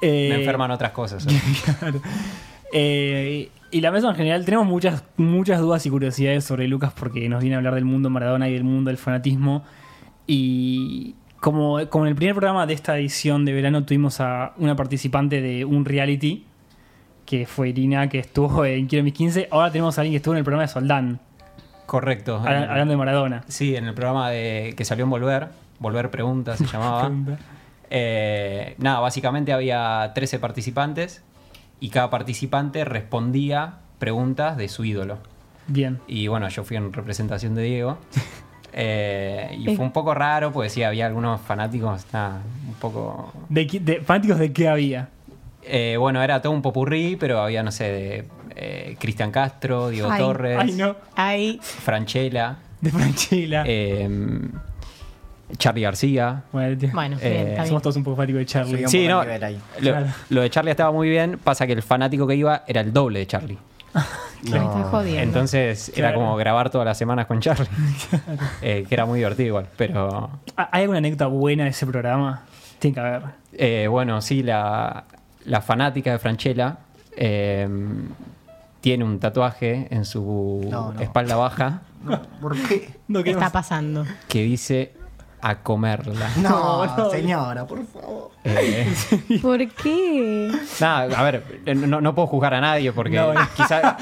Speaker 4: Eh,
Speaker 9: Me enferman otras cosas.
Speaker 4: Claro. Eh, y la mesa en general, tenemos muchas, muchas dudas y curiosidades sobre Lucas porque nos viene a hablar del mundo Maradona y del mundo del fanatismo. Y como, como en el primer programa de esta edición de verano tuvimos a una participante de un reality, que fue Irina, que estuvo en Quiero Mis 15, ahora tenemos a alguien que estuvo en el programa de Soldán,
Speaker 9: Correcto.
Speaker 4: habla- hablando de Maradona.
Speaker 9: Sí, en el programa de, que salió en Volver, Volver Pregunta se llamaba. Eh, nada, básicamente había 13 participantes y cada participante respondía preguntas de su ídolo.
Speaker 4: Bien.
Speaker 9: Y bueno, yo fui en representación de Diego. Eh, y fue un poco raro, porque sí, había algunos fanáticos, nada, un poco...
Speaker 4: ¿De, qui- de- fanáticos de qué había?
Speaker 9: Eh, bueno, era todo un popurrí, pero había, no sé, de eh, Cristian Castro, Diego
Speaker 5: Ay,
Speaker 9: Torres,
Speaker 4: Ay, no.
Speaker 5: Ahí,
Speaker 9: Franchella,
Speaker 4: De Franchella.
Speaker 9: eh, Charlie García.
Speaker 4: bueno, tío,
Speaker 5: bueno,
Speaker 9: Eh,
Speaker 5: bien, está bien.
Speaker 4: somos todos un poco fanáticos de Charlie.
Speaker 7: Soy un
Speaker 9: Sí,
Speaker 7: poco
Speaker 9: no.
Speaker 7: nivel ahí.
Speaker 9: Lo,
Speaker 4: Claro.
Speaker 9: lo de Charlie estaba muy bien, pasa que el fanático que iba era el doble de Charlie.
Speaker 5: Me está jodiendo.
Speaker 9: Entonces era
Speaker 4: Claro.
Speaker 9: como grabar todas las semanas con Charlie, Eh, que era muy divertido igual, pero...
Speaker 4: ¿Ah, ¿Hay alguna anécdota buena de ese programa? Tiene que haber.
Speaker 9: Eh, bueno, sí, la, la fanática de Franchella eh, tiene un tatuaje en su
Speaker 7: No, no.
Speaker 9: espalda baja
Speaker 7: ¿Por qué?
Speaker 4: No
Speaker 5: ¿Qué está pasando?
Speaker 9: que dice a comerla.
Speaker 7: No, señora, por favor.
Speaker 9: Eh,
Speaker 8: ¿Por qué?
Speaker 9: nada, a ver, Eh, no, no puedo juzgar a nadie porque
Speaker 4: No, no.
Speaker 9: quizá,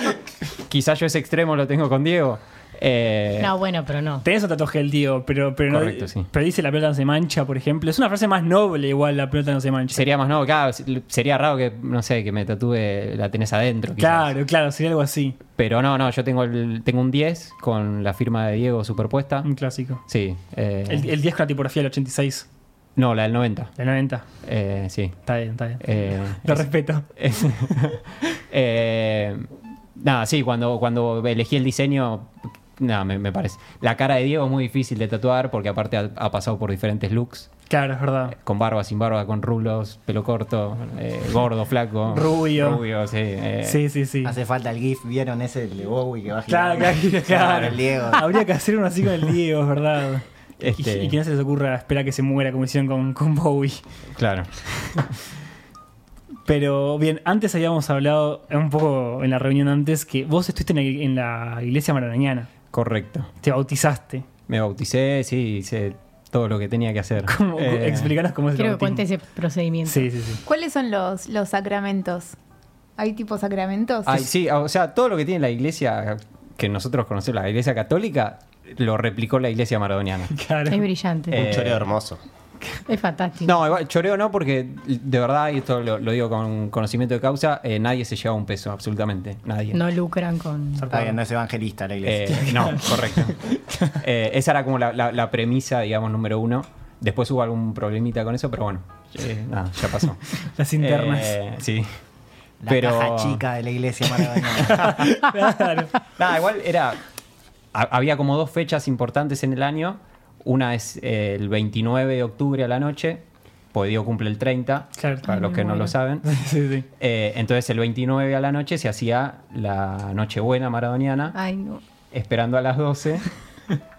Speaker 9: quizá yo ese extremo lo tengo con Diego. Eh,
Speaker 5: No, bueno, pero no.
Speaker 4: Tenés un tatuaje del tío, pero, pero, no-
Speaker 9: Correcto, sí.
Speaker 4: pero dice la pelota no se mancha, por ejemplo. Es una frase más noble igual, la pelota no se mancha.
Speaker 9: Sería más, no, claro, sería raro que, no sé, que me tatúe la tenés adentro. quizás.
Speaker 4: claro, claro, sería algo así.
Speaker 9: Pero no, no, yo tengo, el, tengo un 10 con la firma de Diego superpuesta.
Speaker 4: Un clásico.
Speaker 9: Sí. eh,
Speaker 4: El, el 10 con la tipografía del 86,
Speaker 9: No, la del 90.
Speaker 4: del 90.
Speaker 9: Eh, sí.
Speaker 4: Está bien, está bien.
Speaker 9: Eh,
Speaker 4: Lo
Speaker 9: es-
Speaker 4: respeto.
Speaker 9: es- eh, nada, sí, cuando, cuando elegí el diseño, nada, me, me parece. La cara de Diego es muy difícil de tatuar porque aparte ha, ha pasado por diferentes looks.
Speaker 4: Claro, es verdad.
Speaker 9: Con barba, sin barba, con rulos, pelo corto, eh, gordo, flaco.
Speaker 4: Rubio.
Speaker 9: Rubio, sí. eh,
Speaker 4: Sí, sí, sí.
Speaker 7: Hace falta el GIF, ¿vieron ese de Bowie que va
Speaker 4: Claro, claro,
Speaker 7: girando?
Speaker 4: claro.
Speaker 7: el Diego.
Speaker 4: Habría que hacer uno así con el Diego, es verdad.
Speaker 9: Este-
Speaker 4: Y, y que no se les ocurra esperar que se muera como hicieron con, con Bowie.
Speaker 9: Claro.
Speaker 4: Pero bien, antes habíamos hablado un poco en la reunión antes que vos estuviste en la, en la iglesia maranañana.
Speaker 9: Correcto.
Speaker 4: Te bautizaste.
Speaker 9: Me bauticé, sí, hice todo lo que tenía que hacer.
Speaker 4: ¿Cómo,
Speaker 9: Eh,
Speaker 4: explicanos cómo es el
Speaker 5: Quiero que
Speaker 4: bautismo.
Speaker 5: cuente ese procedimiento.
Speaker 4: Sí, sí, sí.
Speaker 8: ¿Cuáles son los, los sacramentos? ¿Hay tipo sacramentos?
Speaker 9: Ay, sí, o sea, todo lo que tiene la iglesia que nosotros conocemos, la iglesia católica, lo replicó la iglesia maradoniana.
Speaker 4: Claro.
Speaker 5: Es brillante.
Speaker 9: Eh,
Speaker 6: Un choreo hermoso.
Speaker 5: Es fantástico.
Speaker 9: No, igual, choreo no, porque de verdad, y esto lo, lo digo con conocimiento de causa, eh, nadie se lleva un peso, absolutamente. Nadie.
Speaker 5: No lucran con.
Speaker 7: Está bien, no es evangelista la iglesia.
Speaker 9: Eh, no, correcto. Eh, esa era como la, la- la premisa, digamos, número uno. Después hubo algún problemita con eso, pero bueno, eh, nada, ya pasó.
Speaker 4: Las internas.
Speaker 9: Eh, sí.
Speaker 7: la
Speaker 9: pero...
Speaker 7: caja chica de la iglesia maradona.
Speaker 4: Claro.
Speaker 9: Nada, Ah, igual era. ha- Había como dos fechas importantes en el año. Una es eh, el 29 de octubre a la noche, porque Dios cumple el 30,
Speaker 4: Claro.
Speaker 9: para
Speaker 4: Ay,
Speaker 9: los
Speaker 4: me
Speaker 9: que no lo
Speaker 4: muero.
Speaker 9: saben.
Speaker 4: Sí, sí.
Speaker 9: Eh, entonces el 29 a la noche se hacía la Nochebuena maradoniana,
Speaker 8: Ay, no.
Speaker 9: esperando a las 12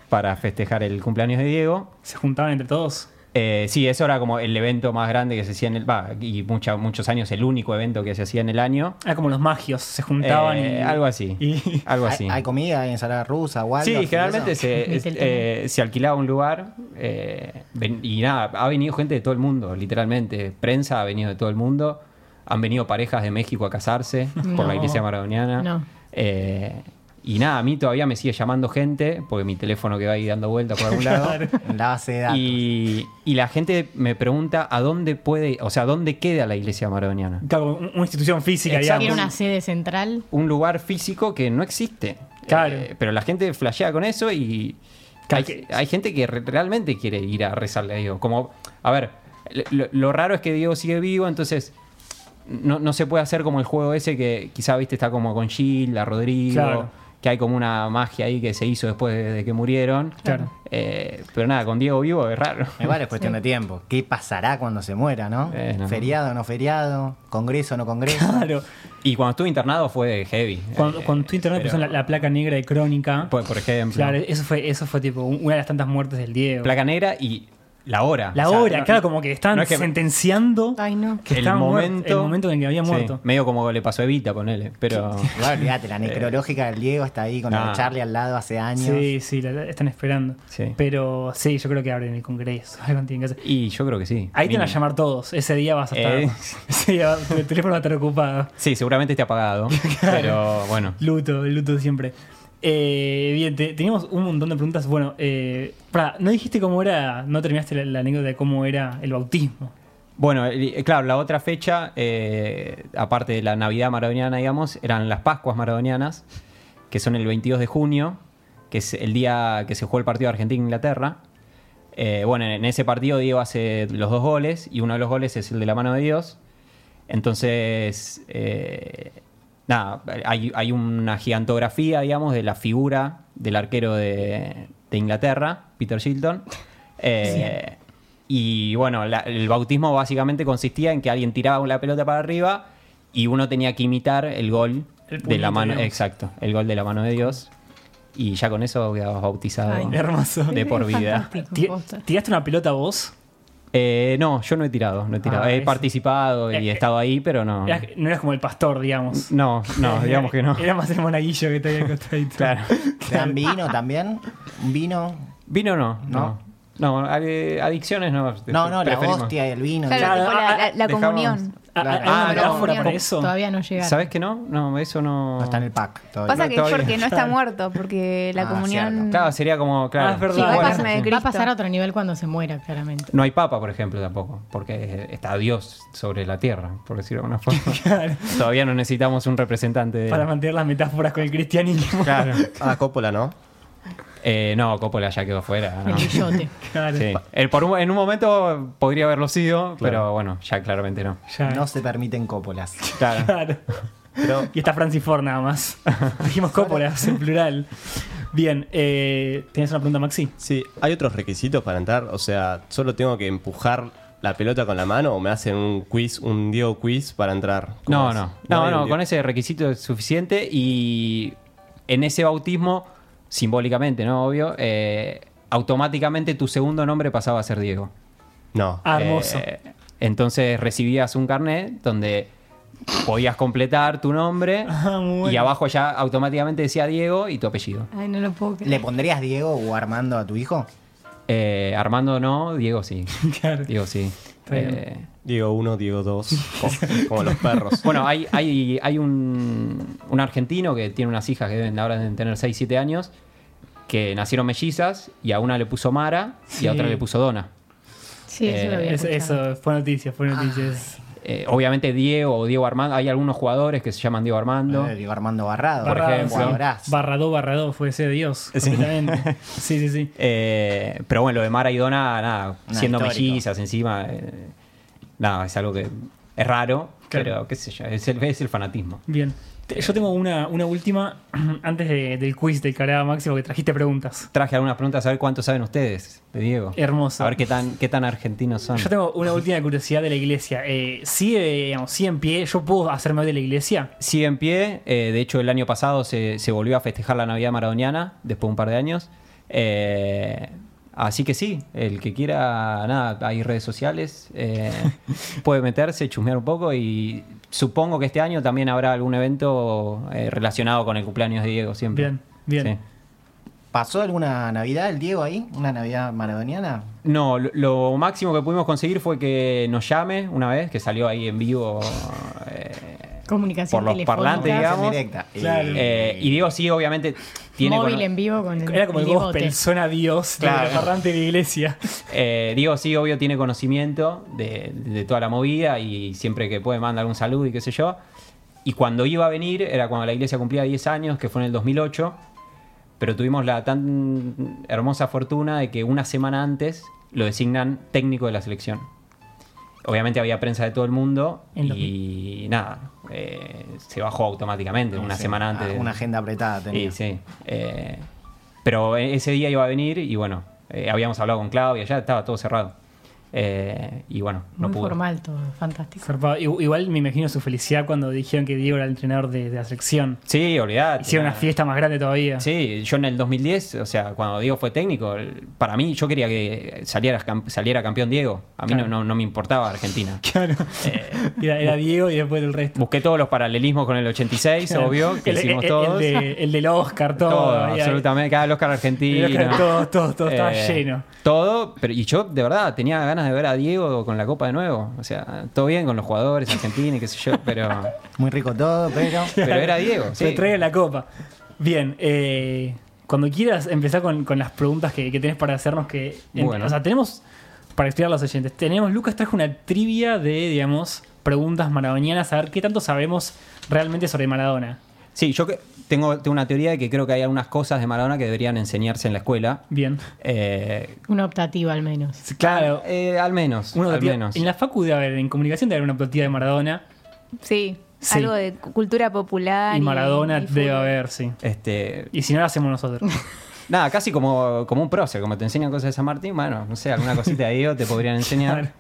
Speaker 9: para festejar el cumpleaños de Diego.
Speaker 4: Se juntaban entre todos.
Speaker 9: Eh, sí, eso era como el evento más grande que se hacía en el... va, y mucha- muchos años el único evento que se hacía en el año.
Speaker 4: Era Ah, como los magios, se juntaban
Speaker 9: Eh,
Speaker 4: y.
Speaker 9: algo así.
Speaker 4: y-
Speaker 9: Algo
Speaker 7: ¿Hay-
Speaker 9: así.
Speaker 7: ¿Hay, comida, hay ensalada rusa o algo?
Speaker 9: Sí,
Speaker 7: así,
Speaker 9: generalmente
Speaker 7: eso?
Speaker 9: se,
Speaker 5: Viste el
Speaker 9: eh, se alquilaba un lugar eh, ven- y nada, ha venido gente de todo el mundo, literalmente. Prensa ha venido de todo el mundo. Han venido parejas de México a casarse por
Speaker 5: No.
Speaker 9: la iglesia maradoniana.
Speaker 5: No.
Speaker 9: Eh, y nada, a mí todavía me sigue llamando gente, porque mi teléfono que va ahí dando vueltas por algún lado.
Speaker 7: En la base de datos.
Speaker 9: Y, y la gente me pregunta a dónde puede, o sea, dónde queda la iglesia maradoniana.
Speaker 4: Claro, un- una institución física,
Speaker 9: Exacto.
Speaker 5: Tiene
Speaker 4: digamos.
Speaker 5: una sede central.
Speaker 9: Un lugar físico que no existe.
Speaker 4: Claro.
Speaker 9: pero la gente flashea con eso y
Speaker 4: Claro,
Speaker 9: Eh, hay, hay gente que re- realmente quiere ir a rezarle a Dios. Como, a ver, lo, lo raro es que Dios sigue vivo, entonces no, no se puede hacer como el juego ese que quizá, viste, está como con Gil, a Rodrigo,
Speaker 4: Claro.
Speaker 9: que hay como una magia ahí que se hizo después de, de que murieron.
Speaker 4: Claro.
Speaker 9: Eh, pero nada, con Diego vivo es raro.
Speaker 7: Igual es cuestión de tiempo. ¿Qué pasará cuando se muera, no?
Speaker 9: Eh, no.
Speaker 7: Feriado, no feriado, congreso, no congreso.
Speaker 4: Claro.
Speaker 9: Y cuando estuve internado fue heavy.
Speaker 4: Cuando,
Speaker 9: Eh,
Speaker 4: cuando tu internet
Speaker 9: pero-
Speaker 4: puso la, la placa negra de crónica.
Speaker 9: Por, por ejemplo.
Speaker 4: Claro, eso fue, eso fue tipo un- una de las tantas muertes del Diego.
Speaker 9: Placa negra y la hora.
Speaker 4: La
Speaker 9: O sea,
Speaker 4: hora,
Speaker 9: no-
Speaker 4: claro, como que están
Speaker 9: no es que-
Speaker 4: sentenciando
Speaker 5: Ay, no.
Speaker 4: que estaba muerto, el momento en el que había
Speaker 9: Sí,
Speaker 4: muerto.
Speaker 9: medio como le pasó a Evita, ponele. Pero.
Speaker 7: Igual, olvídate, la necrológica del Diego está ahí con la
Speaker 9: Eh. Ah.
Speaker 7: de Charlie al lado hace años.
Speaker 4: Sí, sí, la- la están esperando.
Speaker 9: Sí.
Speaker 4: Pero sí, yo creo que abren el Congreso. Algo tienen que hacer.
Speaker 9: Y yo creo que sí.
Speaker 4: Ahí te van
Speaker 9: mínimo.
Speaker 4: a llamar todos. Ese día vas a estar.
Speaker 9: Eh.
Speaker 4: Ese día va- tu teléfono va a estar ocupado.
Speaker 9: Sí, seguramente esté apagado. pero bueno.
Speaker 4: Luto, el luto de siempre. Eh, bien, te- teníamos un montón de preguntas. Bueno, eh, pará, no dijiste cómo era, no terminaste la, la anécdota de cómo era el bautismo.
Speaker 9: Bueno, el- claro, la otra fecha, eh, aparte de la Navidad maradoniana, digamos, eran las Pascuas maradonianas, que son el 22 de junio, que es el día que se jugó el partido Argentina-Inglaterra. Eh, bueno, en ese partido Diego hace los dos goles, y uno de los goles es el de la mano de Dios. Entonces, eh, nada, hay, hay una gigantografía, digamos, de la figura del arquero de, de Inglaterra, Peter Shilton. Eh, Y bueno, la- el bautismo básicamente consistía en que alguien tiraba la pelota para arriba y uno tenía que imitar el gol
Speaker 4: El
Speaker 9: de la
Speaker 4: puñito,
Speaker 9: mano.
Speaker 4: digamos.
Speaker 9: Exacto, el gol de la mano de Dios. Y ya con eso quedabas bautizado
Speaker 5: Ay,
Speaker 4: Hermoso.
Speaker 9: de por vida.
Speaker 5: Fantástico,
Speaker 4: Ti-
Speaker 5: posta.
Speaker 4: ¿Tiraste una pelota vos?
Speaker 9: Eh, no, yo no he tirado, no he tirado.
Speaker 4: Ah,
Speaker 9: he
Speaker 4: ese.
Speaker 9: participado
Speaker 4: Eh,
Speaker 9: y
Speaker 4: eh,
Speaker 9: he estado ahí, pero no.
Speaker 4: Eras- no eras como el pastor, digamos.
Speaker 9: No, no, digamos que no.
Speaker 4: Eh, Era más el monaguillo que te había costado.
Speaker 9: Claro.
Speaker 4: Ah,
Speaker 7: ¿Te dan vino también? ¿Un vino?
Speaker 9: Vino no, no. No, ade- adicciones no. este,
Speaker 7: No, no, la
Speaker 9: preferimos.
Speaker 7: hostia y el vino.
Speaker 8: Claro,
Speaker 4: Claro,
Speaker 8: tipo la,
Speaker 4: ah,
Speaker 8: la- la
Speaker 9: dejamos-
Speaker 8: comunión.
Speaker 4: Ah,
Speaker 7: Claro.
Speaker 4: ¿Hay una
Speaker 9: Ah,
Speaker 4: metáfora
Speaker 9: no,
Speaker 4: para
Speaker 9: no.
Speaker 4: eso?
Speaker 5: Todavía no llegaron.
Speaker 9: ¿Sabes que no? No, eso no.
Speaker 7: No está en el pack todavía.
Speaker 8: Pasa
Speaker 9: No,
Speaker 8: que es
Speaker 9: todavía.
Speaker 8: porque no está muerto, porque la
Speaker 7: Ah,
Speaker 8: comunión.
Speaker 9: Claro, sería como, claro.
Speaker 4: Ah, es verdad.
Speaker 8: Sí, va a
Speaker 4: Bueno,
Speaker 8: pasar de
Speaker 5: Va
Speaker 8: Cristo.
Speaker 5: a pasar a otro nivel cuando se muera, claramente.
Speaker 9: No hay papa, por ejemplo, tampoco, porque está Dios sobre la tierra, por decirlo de alguna forma. Todavía no necesitamos un representante de...
Speaker 4: Para mantener las metáforas con el cristianismo.
Speaker 9: Claro.
Speaker 6: Ah, Coppola, ¿no?
Speaker 9: Eh, no, Coppola ya quedó fuera.
Speaker 5: El
Speaker 9: ¿no?
Speaker 5: guillote.
Speaker 4: Claro.
Speaker 9: Sí. El- por un- en un momento podría haberlo sido, pero
Speaker 6: Claro.
Speaker 9: bueno, ya claramente no.
Speaker 4: Ya.
Speaker 7: No se permiten cópolas.
Speaker 9: Claro.
Speaker 4: Claro.
Speaker 7: Pero
Speaker 4: Y está Francis Ford nada más. Dijimos cópolas en plural. Bien, eh, ¿tenías una pregunta, Maxi?
Speaker 6: Sí, ¿hay otros requisitos para entrar? O sea, ¿solo tengo que empujar la pelota con la mano o me hacen un quiz, un Diego quiz para entrar? ¿Cómo
Speaker 9: No,
Speaker 6: es?
Speaker 9: no,
Speaker 6: hay
Speaker 9: no,
Speaker 6: un
Speaker 9: no,
Speaker 6: Diego-
Speaker 9: con ese requisito es suficiente y en ese bautismo, simbólicamente, ¿no? Obvio, eh, automáticamente tu segundo nombre pasaba a ser Diego.
Speaker 6: No.
Speaker 4: Ah, hermoso.
Speaker 9: Eh, entonces recibías un carnet donde podías completar tu nombre
Speaker 4: Ah, muy bueno.
Speaker 9: y abajo ya automáticamente decía Diego y tu apellido.
Speaker 5: Ay, no lo puedo creer.
Speaker 7: ¿le pondrías Diego o Armando a tu hijo?
Speaker 9: Eh, Armando no, Diego sí.
Speaker 4: Claro.
Speaker 9: Diego sí.
Speaker 4: Está bien.
Speaker 9: Eh,
Speaker 6: Diego 1, Diego 2, como los perros.
Speaker 9: bueno, hay, hay, hay un, un argentino que tiene unas hijas que deben, ahora deben tener 6, 7 años, que nacieron mellizas y a una le puso Mara y
Speaker 4: Sí.
Speaker 9: a otra le puso Dona.
Speaker 5: Sí, eso
Speaker 9: Eh,
Speaker 5: lo había
Speaker 4: Es-
Speaker 5: escuchado.
Speaker 4: eso, fue noticia,
Speaker 9: Ah,
Speaker 4: fue noticia. es-
Speaker 9: Eh, obviamente Diego o Diego Armando, hay algunos jugadores que se llaman Diego Armando.
Speaker 7: Eh, Diego Armando Barrado.
Speaker 9: Por
Speaker 4: Barrado,
Speaker 9: ejemplo.
Speaker 4: sí.
Speaker 7: Jugadorazo.
Speaker 4: Barrado, barrado, fue ese Dios.
Speaker 9: Sí.
Speaker 4: completamente. Sí, sí, sí.
Speaker 9: Eh, pero bueno, lo de Mara y Donna, nada,
Speaker 7: Nah,
Speaker 9: siendo
Speaker 7: histórico.
Speaker 9: mellizas encima, eh, nada, es algo que es raro,
Speaker 4: Claro.
Speaker 9: pero qué sé yo, es el, es el fanatismo.
Speaker 4: Bien. Te- Yo tengo una, una última antes de- del quiz del Carada Máximo que trajiste preguntas.
Speaker 9: Traje algunas preguntas a ver cuánto saben ustedes de Diego.
Speaker 4: Hermoso.
Speaker 9: A ver qué tan, qué tan argentinos son.
Speaker 4: Yo tengo una última curiosidad de la iglesia. Eh, sigue, digamos, sigue en pie. ¿Yo puedo hacerme de la iglesia?
Speaker 9: Sigue en pie, eh, de hecho el año pasado se, se volvió a festejar la Navidad Maradoniana, después de un par de años. Eh, así que sí, el que quiera, nada, hay redes sociales, eh, puede meterse, chusmear un poco y supongo que este año también habrá algún evento eh, relacionado con el cumpleaños de Diego siempre.
Speaker 4: Bien, bien.
Speaker 7: ¿Pasó alguna Navidad el Diego ahí? ¿Una Navidad maradoniana?
Speaker 9: No, lo, lo máximo que pudimos conseguir fue que nos llame una vez, que salió ahí en vivo. eh,
Speaker 5: Comunicación
Speaker 9: por los
Speaker 5: telefónica.
Speaker 9: parlantes, digamos.
Speaker 7: En directa.
Speaker 4: Claro.
Speaker 7: Y-
Speaker 9: eh, y Diego sí, obviamente, tiene...
Speaker 5: móvil
Speaker 9: cono-
Speaker 5: en vivo con el,
Speaker 4: Era como el
Speaker 5: el bigote.
Speaker 4: gospel, suena Dios,
Speaker 7: Claro.
Speaker 4: claro. parlante de la iglesia.
Speaker 9: Eh, Diego sí, obvio, tiene conocimiento de, de toda la movida y siempre que puede manda algún saludo y qué sé yo. Y cuando iba a venir, era cuando la iglesia cumplía 10 años, que fue en el 2008, pero tuvimos la tan hermosa fortuna de que una semana antes lo designan técnico de la selección. Obviamente había prensa de todo el mundo
Speaker 4: En los-
Speaker 9: y nada, eh, se bajó automáticamente una
Speaker 7: Sí,
Speaker 9: semana antes.
Speaker 7: ah,
Speaker 9: de-
Speaker 7: Una agenda apretada tenía.
Speaker 9: Sí, sí. Eh, pero e, ese día iba a venir y bueno, eh, habíamos hablado con Claudia, ya estaba todo cerrado. Eh, y bueno, no
Speaker 5: Muy
Speaker 9: pudo.
Speaker 5: formal todo, fantástico.
Speaker 4: Zarpado. I- Igual me imagino su felicidad cuando dijeron que Diego era el entrenador de, de la selección.
Speaker 9: Sí, olvidate.
Speaker 4: Hicieron una fiesta más grande todavía.
Speaker 9: Sí, yo en el 2010, o sea, cuando Diego fue técnico, el- para mí yo quería que saliera, cam- saliera campeón Diego. A mí
Speaker 4: Claro.
Speaker 9: no, no, no me importaba Argentina.
Speaker 4: Claro. Era, era Diego y después el resto.
Speaker 9: Busqué todos los paralelismos con el 86, obvio, que
Speaker 4: el,
Speaker 9: hicimos
Speaker 4: el-
Speaker 9: todos.
Speaker 4: El, de- el del Oscar, todo.
Speaker 9: Todo,
Speaker 4: Ahí-
Speaker 9: absolutamente. Cada Oscar
Speaker 4: el
Speaker 9: argentino.
Speaker 4: Oscar, todo, todo, todo estaba
Speaker 9: Eh,
Speaker 4: lleno.
Speaker 9: Todo, pero y yo de verdad tenía ganas de ver a Diego con la copa de nuevo. O sea, todo bien con los jugadores argentinos y qué sé yo, pero,
Speaker 7: Muy rico todo, pero.
Speaker 9: pero era Diego.
Speaker 4: Se
Speaker 9: Sí.
Speaker 4: trae la copa. Bien, eh, cuando quieras empezar con, con las preguntas que, que tenés para hacernos que... en-
Speaker 9: Bueno.
Speaker 4: O sea, tenemos, para explicar a los oyentes, tenemos, Lucas trajo una trivia de, digamos, preguntas maradonianas, a ver qué tanto sabemos realmente sobre Maradona.
Speaker 9: Sí, yo que- tengo, tengo una teoría de que creo que hay algunas cosas de Maradona que deberían enseñarse en la escuela.
Speaker 4: Bien.
Speaker 9: Eh,
Speaker 5: Una optativa al menos.
Speaker 4: Claro.
Speaker 9: eh, al menos.
Speaker 4: Uno
Speaker 9: al
Speaker 4: tiene-
Speaker 9: menos.
Speaker 4: En la facu debe haber, en comunicación debe haber una plantilla de Maradona
Speaker 8: Sí,
Speaker 4: Sí.
Speaker 8: algo de cu- cultura popular.
Speaker 4: y Maradona
Speaker 8: y
Speaker 4: debe
Speaker 8: fútbol.
Speaker 4: haber, sí.
Speaker 9: Este,
Speaker 4: Y si no, la hacemos nosotros.
Speaker 9: nada, casi como, como un prócer, como te enseñan cosas de San Martín, bueno, no sé, alguna cosita de Diego te podrían
Speaker 4: Claro.
Speaker 9: enseñar.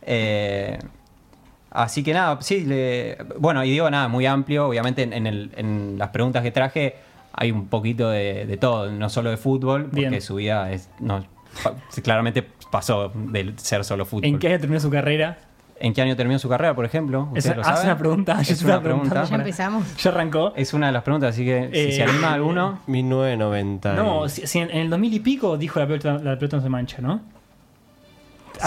Speaker 9: Eh, así que nada, sí, le- bueno, y digo nada, muy amplio, obviamente en, en el- en las preguntas que traje hay un poquito de, de todo, no solo de fútbol, porque
Speaker 4: Bien.
Speaker 9: su vida es, no, pa- claramente pasó de ser solo fútbol.
Speaker 4: ¿En qué año terminó su carrera?
Speaker 9: ¿En qué año terminó su carrera, por ejemplo?
Speaker 4: Es-
Speaker 9: ¿Ustedes lo
Speaker 4: hace
Speaker 9: saben?
Speaker 4: una pregunta. Yo
Speaker 9: Es
Speaker 4: te estaba
Speaker 9: una pregunta.
Speaker 4: preguntando.
Speaker 5: Ya empezamos.
Speaker 4: Ya arrancó.
Speaker 9: Es una de las preguntas, así que si se
Speaker 4: Eh,
Speaker 9: anima alguno.
Speaker 6: 1990.
Speaker 4: No, si- si en, en el 2000 y pico dijo la pelota, la pelota no se mancha, ¿no?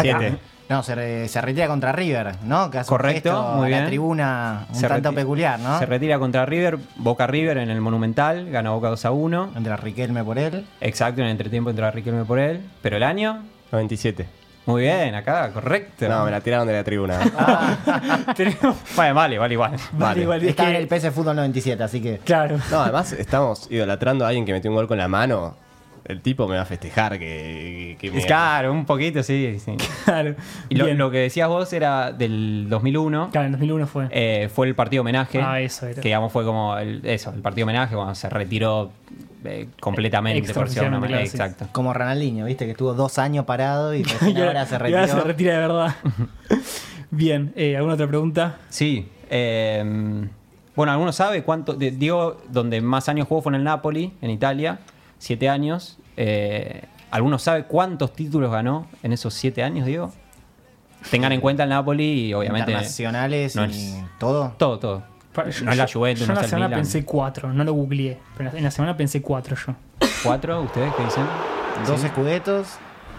Speaker 6: Siete.
Speaker 7: No, se, re- se retira contra River, ¿no? Que hace un
Speaker 9: Correcto,
Speaker 7: gesto
Speaker 9: muy
Speaker 7: a la
Speaker 9: bien.
Speaker 7: tribuna un
Speaker 9: Se
Speaker 7: tanto
Speaker 9: reti-
Speaker 7: peculiar, ¿no?
Speaker 9: Se retira contra River, Boca River en el Monumental, gana Boca 2 a 1.
Speaker 7: Entre Riquelme por él.
Speaker 9: Exacto, en el entretiempo entra Riquelme por él. Pero el año,
Speaker 6: 97.
Speaker 9: muy bien, acá, correcto.
Speaker 6: No, me la tiraron de la tribuna.
Speaker 4: Tenemos.
Speaker 9: Vale, vale, vale, igual.
Speaker 4: Ah, Vale, igual, es
Speaker 7: Estaba
Speaker 4: que-
Speaker 7: en el PC Fútbol 97, así que.
Speaker 4: Claro.
Speaker 6: No, además estamos idolatrando a alguien que metió un gol con la mano. El tipo me va a festejar que, que me-
Speaker 9: Es Claro, un poquito, sí. sí.
Speaker 4: Claro.
Speaker 9: Y lo,
Speaker 4: Bien.
Speaker 9: lo que decías vos era del 2001.
Speaker 4: Claro, en 2001 fue.
Speaker 9: eh, fue el partido homenaje.
Speaker 4: Ah, eso era.
Speaker 9: Que digamos fue como el, eso, el partido homenaje cuando se retiró eh, completamente, por decirlo de alguna manera.
Speaker 4: Extraoficialmente,
Speaker 9: Exacto.
Speaker 7: Como Ronaldinho, viste, que estuvo dos años parado y recién
Speaker 4: Y
Speaker 7: ahora se
Speaker 4: y ahora se
Speaker 7: retiró.
Speaker 4: retira de verdad. Bien, eh, ¿alguna otra pregunta?
Speaker 9: Sí. eh, bueno, alguno sabe cuánto. de- Digo, donde más años jugó fue en el Napoli, en Italia, siete años. Eh, ¿Alguno sabe cuántos títulos ganó en esos siete años, Diego? Tengan en cuenta el Napoli y obviamente.
Speaker 7: Internacionales
Speaker 9: no
Speaker 7: y
Speaker 9: es-
Speaker 7: todo.
Speaker 9: Todo, todo.
Speaker 4: Pa-
Speaker 9: No es la Juventus,
Speaker 4: yo
Speaker 9: no
Speaker 4: en
Speaker 9: es
Speaker 4: la
Speaker 9: el
Speaker 4: semana
Speaker 9: Milan.
Speaker 4: pensé cuatro, no lo googleé. Pero en la semana pensé cuatro yo.
Speaker 9: ¿Cuatro? ¿Ustedes qué dicen?
Speaker 7: Dos escudetos.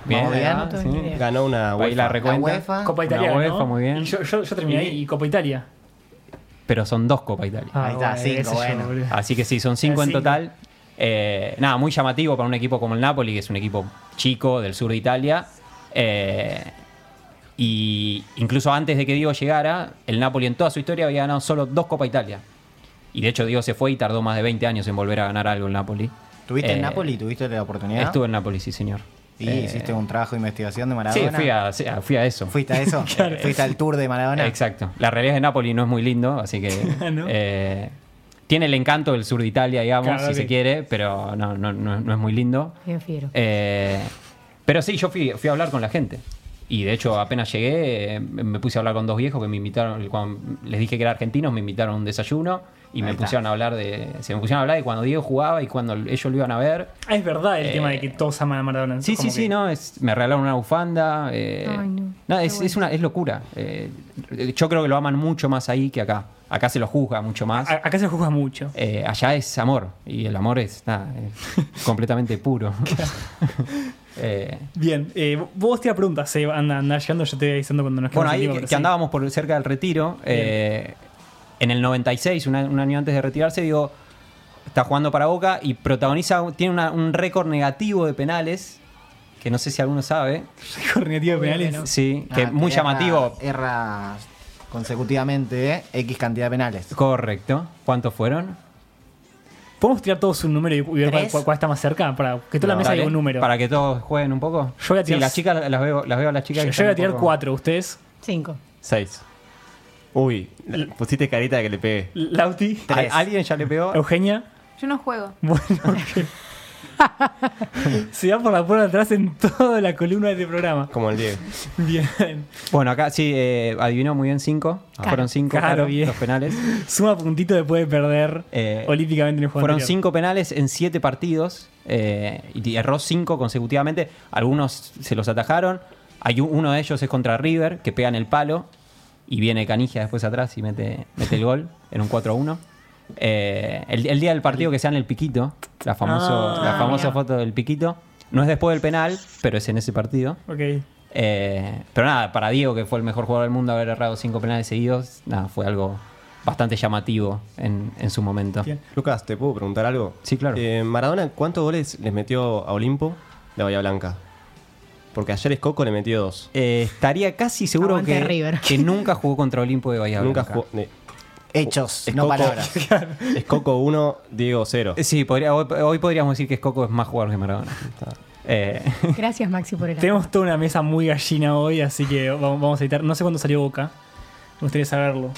Speaker 9: Bien,
Speaker 7: vamos
Speaker 9: ahí
Speaker 7: bien.
Speaker 9: va,
Speaker 5: todo
Speaker 9: sí.
Speaker 5: ni idea.
Speaker 6: ganó una
Speaker 9: Ahí la
Speaker 6: UEFA.
Speaker 7: La
Speaker 9: recuenta.
Speaker 7: UEFA.
Speaker 4: Copa
Speaker 9: Una
Speaker 4: Italia.
Speaker 9: UEFA,
Speaker 4: ¿no?
Speaker 9: muy bien.
Speaker 4: Y yo, yo- yo terminé ahí, y Copa Italia.
Speaker 9: Pero son dos Copa Italia.
Speaker 4: Ah,
Speaker 7: Ahí está,
Speaker 4: bueno,
Speaker 7: cinco,
Speaker 4: qué sé yo,
Speaker 7: bueno.
Speaker 4: boludo.
Speaker 9: Así que sí, son cinco en
Speaker 4: Cinco.
Speaker 9: total. Eh, nada, muy llamativo para un equipo como el Napoli, que es un equipo chico del sur de Italia. Eh, Y incluso antes de que Diego llegara, el Napoli en toda su historia había ganado solo dos Copa Italia. Y de hecho Diego se fue y tardó más de 20 años en volver a ganar algo el Napoli.
Speaker 7: ¿Tuviste en
Speaker 9: Eh,
Speaker 7: Napoli? ¿Tuviste la oportunidad?
Speaker 9: Estuve en Napoli, sí, señor.
Speaker 7: Y
Speaker 9: Eh,
Speaker 7: hiciste un trabajo de investigación de
Speaker 9: Sí,
Speaker 7: Maradona.
Speaker 9: fui a, sí, a- fui a eso.
Speaker 7: ¿Fuiste a eso? ¿Fuiste al tour de Maradona?
Speaker 9: Exacto. La realidad de Napoli no es muy lindo, así que
Speaker 4: ¿No?
Speaker 9: eh, tiene el encanto del sur de Italia, digamos,
Speaker 4: Claro,
Speaker 9: si
Speaker 4: ok.
Speaker 9: se quiere, pero no, no, no- no es muy lindo.
Speaker 5: Yo fiero.
Speaker 9: Eh, pero sí, yo fui, fui a hablar con la gente. Y de hecho, apenas llegué, eh, me puse a hablar con dos viejos que me invitaron, cuando les dije que eran argentinos, me invitaron a un desayuno y me
Speaker 7: Ahí está.
Speaker 9: pusieron a hablar de. Se me pusieron a hablar de cuando Diego jugaba y cuando ellos lo iban a ver.
Speaker 4: Ah, es verdad el
Speaker 9: Eh,
Speaker 4: tema de que todos aman a Maradona.
Speaker 9: Sí, sí,
Speaker 4: Como
Speaker 9: sí,
Speaker 4: que-
Speaker 9: no, es, me regalaron una bufanda. eh,
Speaker 8: Ay, no,
Speaker 9: no,
Speaker 8: qué
Speaker 9: es,
Speaker 8: bueno.
Speaker 9: es una es locura. eh, yo creo que lo aman mucho más ahí que acá. Acá se lo juzga mucho más.
Speaker 4: A- acá se juzga mucho.
Speaker 9: Eh, allá es amor y el amor es nada, es completamente puro. Eh,
Speaker 4: Bien, eh, vos te preguntas, eh, anda, anda llegando, yo te voy avisando cuando nos
Speaker 9: bueno,
Speaker 4: quedamos
Speaker 9: ahí que, que andábamos por cerca del retiro. eh, en el 96, una- un año antes de retirarse, digo, está jugando para Boca y protagoniza, tiene una- un récord negativo de penales, que no sé si alguno sabe.
Speaker 4: Cornetio de penales.
Speaker 9: Sí,
Speaker 7: Ah,
Speaker 9: que muy
Speaker 7: erra-
Speaker 9: llamativo.
Speaker 7: Erra consecutivamente ¿eh? X cantidad de penales.
Speaker 9: Correcto. ¿Cuántos fueron?
Speaker 4: ¿Podemos tirar todos un número y ver cuál,
Speaker 7: ¿Tres?
Speaker 4: cuál- cuál está más cerca? Para que toda la
Speaker 9: No.
Speaker 4: mesa
Speaker 9: Dale,
Speaker 4: diga un número.
Speaker 9: Para que todos jueguen un poco.
Speaker 4: Yo voy a tirar-
Speaker 9: Sí, las chicas las veo, las veo a las
Speaker 4: yo,
Speaker 9: chicas. que
Speaker 4: yo voy
Speaker 9: están
Speaker 4: a
Speaker 9: un
Speaker 4: tirar
Speaker 9: poco-
Speaker 4: cuatro, ustedes.
Speaker 5: Cinco.
Speaker 9: Ah,
Speaker 6: Seis. Uy, le- pusiste carita de que le pegué.
Speaker 4: Lauti,
Speaker 9: ¿Al-
Speaker 7: Tres.
Speaker 9: ¿Alguien ya le pegó?
Speaker 4: Eugenia.
Speaker 8: Yo no juego.
Speaker 4: Bueno, que- se va por la puerta de atrás en toda la columna de este programa.
Speaker 6: Como el Diego.
Speaker 4: Bien.
Speaker 9: Bueno, acá sí, eh, adivinó muy bien cinco. Fueron cinco
Speaker 4: Claro,
Speaker 9: claro,
Speaker 4: bien.
Speaker 9: los penales.
Speaker 4: Suma puntito después de perder
Speaker 9: Eh,
Speaker 4: olímpicamente en el juego.
Speaker 9: Fueron
Speaker 4: anterior.
Speaker 9: cinco penales en siete partidos eh, y erró cinco consecutivamente. Algunos se los atajaron. Hay un- uno de ellos es contra River, que pega en el palo y viene Canigia después atrás y mete, mete el gol en un 4-1. Eh, el, el día del partido que sea en el Piquito, la, famoso-
Speaker 4: Ah,
Speaker 9: la famosa
Speaker 5: mira.
Speaker 9: foto del Piquito. No es después del penal, pero es en ese partido.
Speaker 4: Ok.
Speaker 9: Eh, pero nada, para Diego, que fue el mejor jugador del mundo, haber errado cinco penales seguidos, nada, fue algo bastante llamativo en, en su momento.
Speaker 4: Bien.
Speaker 6: Lucas, ¿te puedo preguntar algo?
Speaker 9: Sí, claro.
Speaker 6: Eh, Maradona, ¿cuántos goles les metió a Olimpo de Bahía Blanca? Porque ayer Escoco le metió dos.
Speaker 9: Eh, estaría casi seguro
Speaker 5: Aguante
Speaker 9: que,
Speaker 5: River.
Speaker 9: que nunca jugó contra Olimpo de Bahía
Speaker 6: Nunca
Speaker 9: Blanca.
Speaker 6: jugó. eh,
Speaker 7: Hechos,
Speaker 6: Escoco-
Speaker 7: no palabras.
Speaker 6: Escoco 1, Diego 0.
Speaker 9: Eh, Sí, podría, hoy, hoy podríamos decir que Coco es más jugador que Maradona. Eh,
Speaker 5: Gracias, Maxi, por el apoyo.
Speaker 4: Tenemos toda una mesa muy gallina hoy, así que vamos, vamos a editar. No sé cuándo salió Boca. Me gustaría saberlo.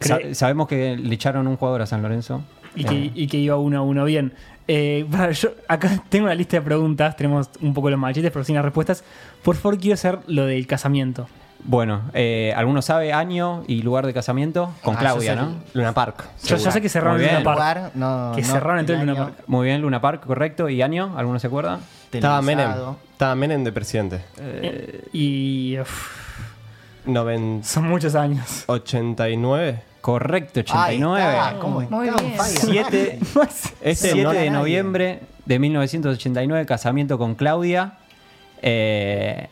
Speaker 4: Cre-
Speaker 9: sa- sabemos que le echaron un jugador a San Lorenzo.
Speaker 4: y,
Speaker 9: Eh,
Speaker 4: que, y que iba uno a uno bien. Eh, para, yo acá tengo una lista de preguntas. Tenemos un poco los machetes, pero sin las respuestas. Por favor, quiero hacer lo del casamiento.
Speaker 9: Bueno, eh, ¿alguno sabe año y lugar de casamiento? Con
Speaker 7: Ah,
Speaker 9: Claudia,
Speaker 7: yo sé
Speaker 9: ¿no?
Speaker 6: Luna Park.
Speaker 4: Yo ya
Speaker 9: Seguro.
Speaker 4: sé que cerraron
Speaker 9: Muy
Speaker 4: en una
Speaker 9: bien.
Speaker 4: parte.
Speaker 7: Lugar, no,
Speaker 4: Que
Speaker 7: no,
Speaker 4: cerraron entonces
Speaker 7: el
Speaker 4: Luna
Speaker 7: año
Speaker 4: Park.
Speaker 9: Muy bien, Luna Park, correcto. ¿Y año? ¿Alguno se acuerda?
Speaker 6: Estaba Menem.
Speaker 7: televisado.
Speaker 6: Estaba Menem de presidente.
Speaker 4: Y. uf,
Speaker 6: Noven-
Speaker 4: son muchos años.
Speaker 6: 89.
Speaker 9: Correcto,
Speaker 7: Ahí
Speaker 9: 89.
Speaker 7: está, ¿cómo está?
Speaker 5: Muy bien.
Speaker 7: Falla.
Speaker 9: 7,
Speaker 6: Este
Speaker 9: 7
Speaker 6: no le-
Speaker 9: de
Speaker 7: nadie.
Speaker 9: noviembre de 1989, casamiento con Claudia. Eh,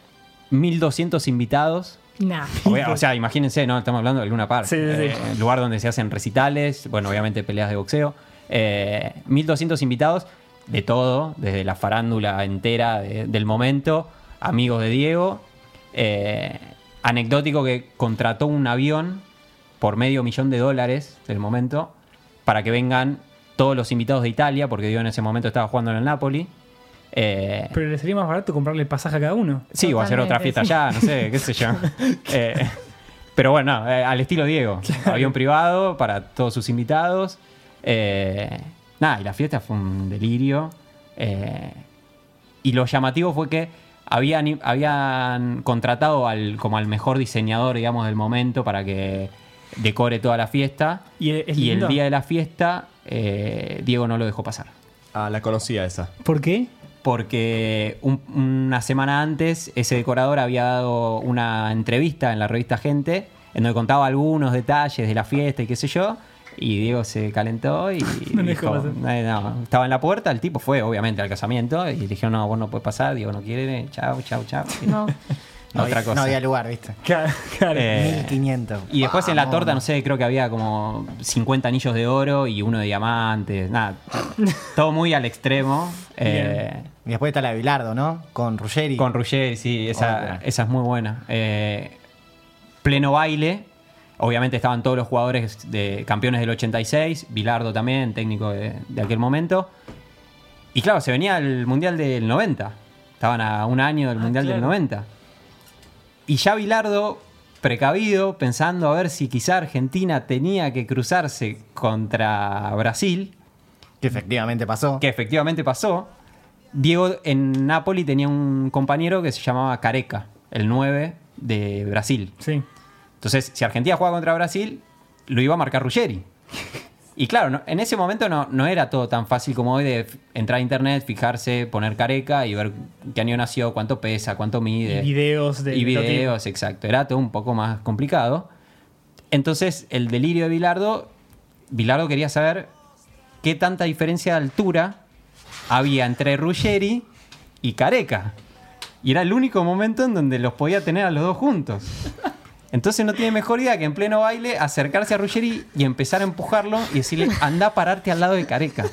Speaker 9: 1200 invitados.
Speaker 5: Nah.
Speaker 9: Obvia- o sea, imagínense, ¿no? Estamos hablando de Luna Park.
Speaker 4: Sí, sí, sí.
Speaker 9: Eh, el lugar donde se hacen recitales, bueno, obviamente peleas de boxeo. Eh, 1200 invitados de todo, desde la farándula entera de- del momento, amigos de Diego. Eh, anecdótico que contrató un avión por medio millón de dólares del momento para que vengan todos los invitados de Italia, porque Diego en ese momento estaba jugando en el Napoli. Eh,
Speaker 4: Pero le sería más barato comprarle el pasaje a cada uno.
Speaker 9: Sí, o hacer otra
Speaker 5: Totalmente,
Speaker 9: fiesta allá,
Speaker 5: sí.
Speaker 9: no sé, qué sé yo. Eh, pero bueno, no, eh, al estilo Diego. Avión privado para todos sus invitados. Eh, nada, y la fiesta fue un delirio. Eh, y lo llamativo fue que habían, habían contratado al, como al mejor diseñador, digamos, del momento para que decore toda la fiesta.
Speaker 4: Y es- es
Speaker 9: Y el
Speaker 4: lindo.
Speaker 9: día de la fiesta, eh, Diego no lo dejó pasar
Speaker 6: Ah, la conocía esa.
Speaker 4: ¿Por qué?
Speaker 9: porque un- una semana antes ese decorador había dado una entrevista en la revista Gente, en donde contaba algunos detalles de la fiesta y qué sé yo. Y Diego se calentó y
Speaker 4: No lo dejó
Speaker 9: dijo,
Speaker 4: pasar.
Speaker 9: "Eh, no". estaba en la puerta, el tipo fue obviamente al casamiento y le dijeron, no, vos no puedes pasar, Diego no quiere, chao, chao, chao.
Speaker 5: No.
Speaker 7: No,
Speaker 9: otra
Speaker 7: había-
Speaker 9: cosa.
Speaker 7: no había lugar, ¿viste?
Speaker 4: Claro, claro.
Speaker 9: Eh,
Speaker 7: 1500.
Speaker 9: Y después en la
Speaker 7: Vamos.
Speaker 9: torta, no sé, creo que había como 50 anillos de oro y uno de diamantes. Nada, todo muy al extremo. Eh,
Speaker 7: Y después está la de Bilardo, ¿no? Con Ruggeri.
Speaker 9: Con Ruggeri, sí, esa,
Speaker 7: Otra.
Speaker 9: esa es muy buena. Eh, pleno baile. Obviamente estaban todos los jugadores de campeones del 86, Bilardo también, técnico de, de aquel momento. Y claro, se venía el Mundial del 90. Estaban a un año del Mundial del
Speaker 4: claro.
Speaker 9: 90. Y ya Bilardo, precavido, pensando a ver si quizá Argentina tenía que cruzarse contra Brasil,
Speaker 7: Que efectivamente pasó.
Speaker 9: que efectivamente pasó. Diego en Napoli tenía un compañero que se llamaba Careca, el 9 de Brasil.
Speaker 4: Sí.
Speaker 9: Entonces, si Argentina jugaba contra Brasil, lo iba a marcar Ruggeri. Y claro, no- en ese momento no, no era todo tan fácil como hoy de f- entrar a internet, fijarse, poner careca y ver qué año nació, cuánto pesa, cuánto mide.
Speaker 4: Y videos de.
Speaker 9: Y
Speaker 4: de todo tipo.
Speaker 9: videos, exacto. Era todo un poco más complicado. Entonces, el delirio de Bilardo, Bilardo quería saber qué tanta diferencia de altura había entre Ruggeri y Careca. Y era el único momento en donde los podía tener a los dos juntos. Entonces no tiene mejor idea que en pleno baile acercarse a Ruggeri y empezar a empujarlo y decirle, anda a pararte al lado de Careca.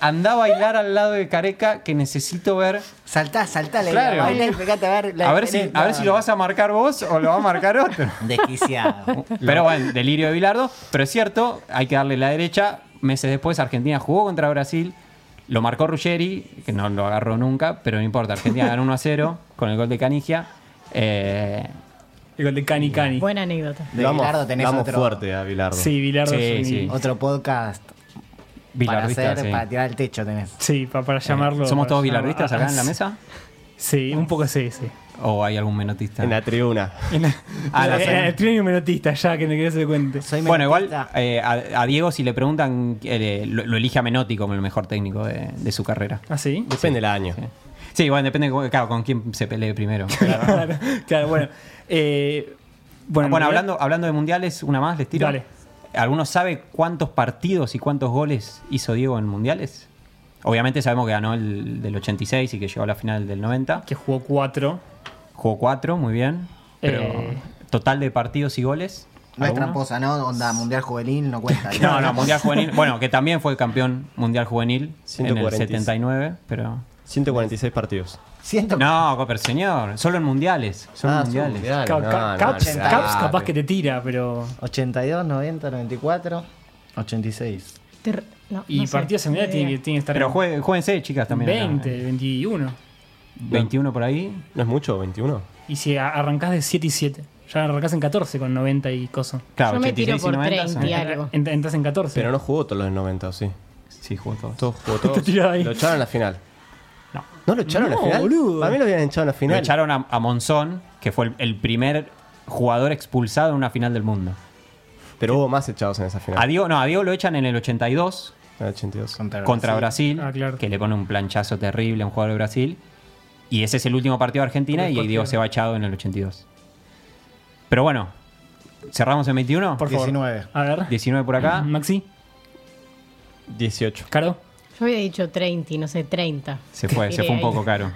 Speaker 9: Anda a bailar al lado de Careca que necesito ver
Speaker 7: Saltá, saltá, le
Speaker 9: Claro.
Speaker 7: digo, baila y pegate a ver la
Speaker 9: a ver, si,
Speaker 7: diferencia.
Speaker 9: a ver si lo vas a marcar vos o lo va a marcar otro.
Speaker 7: Desquiciado.
Speaker 9: Pero bueno, delirio de Bilardo. Pero es cierto, hay que darle la derecha. Meses después, Argentina jugó contra Brasil. Lo marcó Ruggeri, que no lo agarró nunca, pero no importa. Argentina ganó 1 a 0 con el gol de Canigia. Eh,
Speaker 4: Y con el de Cani Cani.
Speaker 5: Buena anécdota.
Speaker 7: De Bilardo tenés
Speaker 6: vamos
Speaker 7: otro,
Speaker 6: fuerte a Bilardo.
Speaker 4: Sí, Bilardo.
Speaker 9: Sí,
Speaker 4: es un-
Speaker 9: sí.
Speaker 7: otro podcast para
Speaker 9: bilardista,
Speaker 7: hacer,
Speaker 9: sí. Eh,
Speaker 7: para tirar al techo tenés.
Speaker 4: Sí, pa- para, llamarlo.
Speaker 9: ¿Somos
Speaker 4: para
Speaker 9: todos
Speaker 4: llamar-
Speaker 9: bilardistas
Speaker 4: ah,
Speaker 9: acá en la
Speaker 4: sí.
Speaker 9: mesa?
Speaker 4: Sí, un poco sí, sí.
Speaker 9: ¿O hay algún menotista?
Speaker 6: En la tribuna.
Speaker 9: Ah, no
Speaker 4: Eh,
Speaker 9: sé.
Speaker 4: eh, el premio menotista, ya que me quería hacer cuente.
Speaker 7: Soy
Speaker 9: Bueno, igual
Speaker 7: menotista.
Speaker 9: eh, a, a Diego, si le preguntan, eh, lo, lo elige a Menotti como el mejor técnico de- de su carrera.
Speaker 4: ¿Ah, sí?
Speaker 6: Depende del año.
Speaker 9: Sí, bueno, depende, claro, con quién se pelee primero.
Speaker 4: Claro, claro, bueno. Eh, bueno,
Speaker 9: Ah, bueno,
Speaker 4: en realidad-
Speaker 9: hablando, hablando de mundiales, una más les tiro.
Speaker 4: Dale.
Speaker 9: ¿Alguno sabe cuántos partidos y cuántos goles hizo Diego en mundiales? Obviamente sabemos que ganó el del 86 y que llegó a la final del 90.
Speaker 4: Que jugó cuatro.
Speaker 9: Jugó cuatro, muy bien. Pero
Speaker 4: Eh.
Speaker 9: total de partidos y goles.
Speaker 7: No es
Speaker 9: ¿alguno?
Speaker 7: tramposa, ¿no? Onda mundial juvenil no cuenta.
Speaker 9: No, no, Mundial Juvenil. Bueno, que también fue campeón Mundial Juvenil en el
Speaker 6: 146.
Speaker 9: 79, pero...
Speaker 6: 146 partidos.
Speaker 7: Siento que
Speaker 9: No, pero señor, solo en mundiales. Solo en mundiales.
Speaker 4: Ca- ca- Caps,
Speaker 7: no,
Speaker 4: Caps
Speaker 7: no,
Speaker 4: capaz que te tira, pero.
Speaker 7: 82, 90, 94, 86.
Speaker 5: Te re- no,
Speaker 4: Y
Speaker 5: no sé,
Speaker 4: partidos en
Speaker 5: ni
Speaker 4: realidad tiene que,
Speaker 5: idea.
Speaker 4: tiene que estar
Speaker 9: Pero
Speaker 4: en
Speaker 9: jue- jueguense, chicas, también. acá,
Speaker 4: 20,
Speaker 9: eh.
Speaker 4: 21.
Speaker 9: 21 por ahí.
Speaker 6: ¿No es mucho? ¿21?
Speaker 4: Y si a- arrancás de 7 y 7, ya arrancás en 14 con 90 y coso.
Speaker 9: Claro,
Speaker 5: Yo me
Speaker 9: 86
Speaker 5: tiro
Speaker 9: y
Speaker 5: por
Speaker 9: 90 son-
Speaker 5: 30. Algo.
Speaker 4: Ent- entras en 14.
Speaker 6: Pero no jugó todos los 90, ¿o sí?
Speaker 9: Sí, jugó todos.
Speaker 6: Todos jugó todos.
Speaker 4: tiró ahí.
Speaker 6: Lo echaron a la final.
Speaker 9: No.
Speaker 6: ¿No lo echaron a
Speaker 4: No,
Speaker 6: la final?
Speaker 4: boludo.
Speaker 6: A mí lo habían echado a la
Speaker 9: Lo
Speaker 6: final.
Speaker 9: echaron a, a Monzón, que fue el, el primer jugador expulsado en una final del mundo.
Speaker 6: Pero hubo más echados en esa
Speaker 9: A
Speaker 6: final.
Speaker 9: Diego, no, a Diego lo echan en el 82
Speaker 6: En el 82.
Speaker 9: contra Brasil,
Speaker 4: Ah, claro.
Speaker 9: que le pone un planchazo terrible a un jugador de Brasil. Y ese es el último partido de Argentina y
Speaker 4: Después
Speaker 9: Diego
Speaker 4: queda.
Speaker 9: se va echado en el 82. Pero bueno, cerramos en 21.
Speaker 4: por favor.
Speaker 7: 19.
Speaker 4: A ver.
Speaker 9: 19 por acá.
Speaker 4: Maxi,
Speaker 6: 18.
Speaker 4: Caro.
Speaker 5: Yo había dicho 30, no sé, 30.
Speaker 9: Se fue, se
Speaker 5: Tiré
Speaker 9: fue un
Speaker 5: ahí.
Speaker 9: poco caro.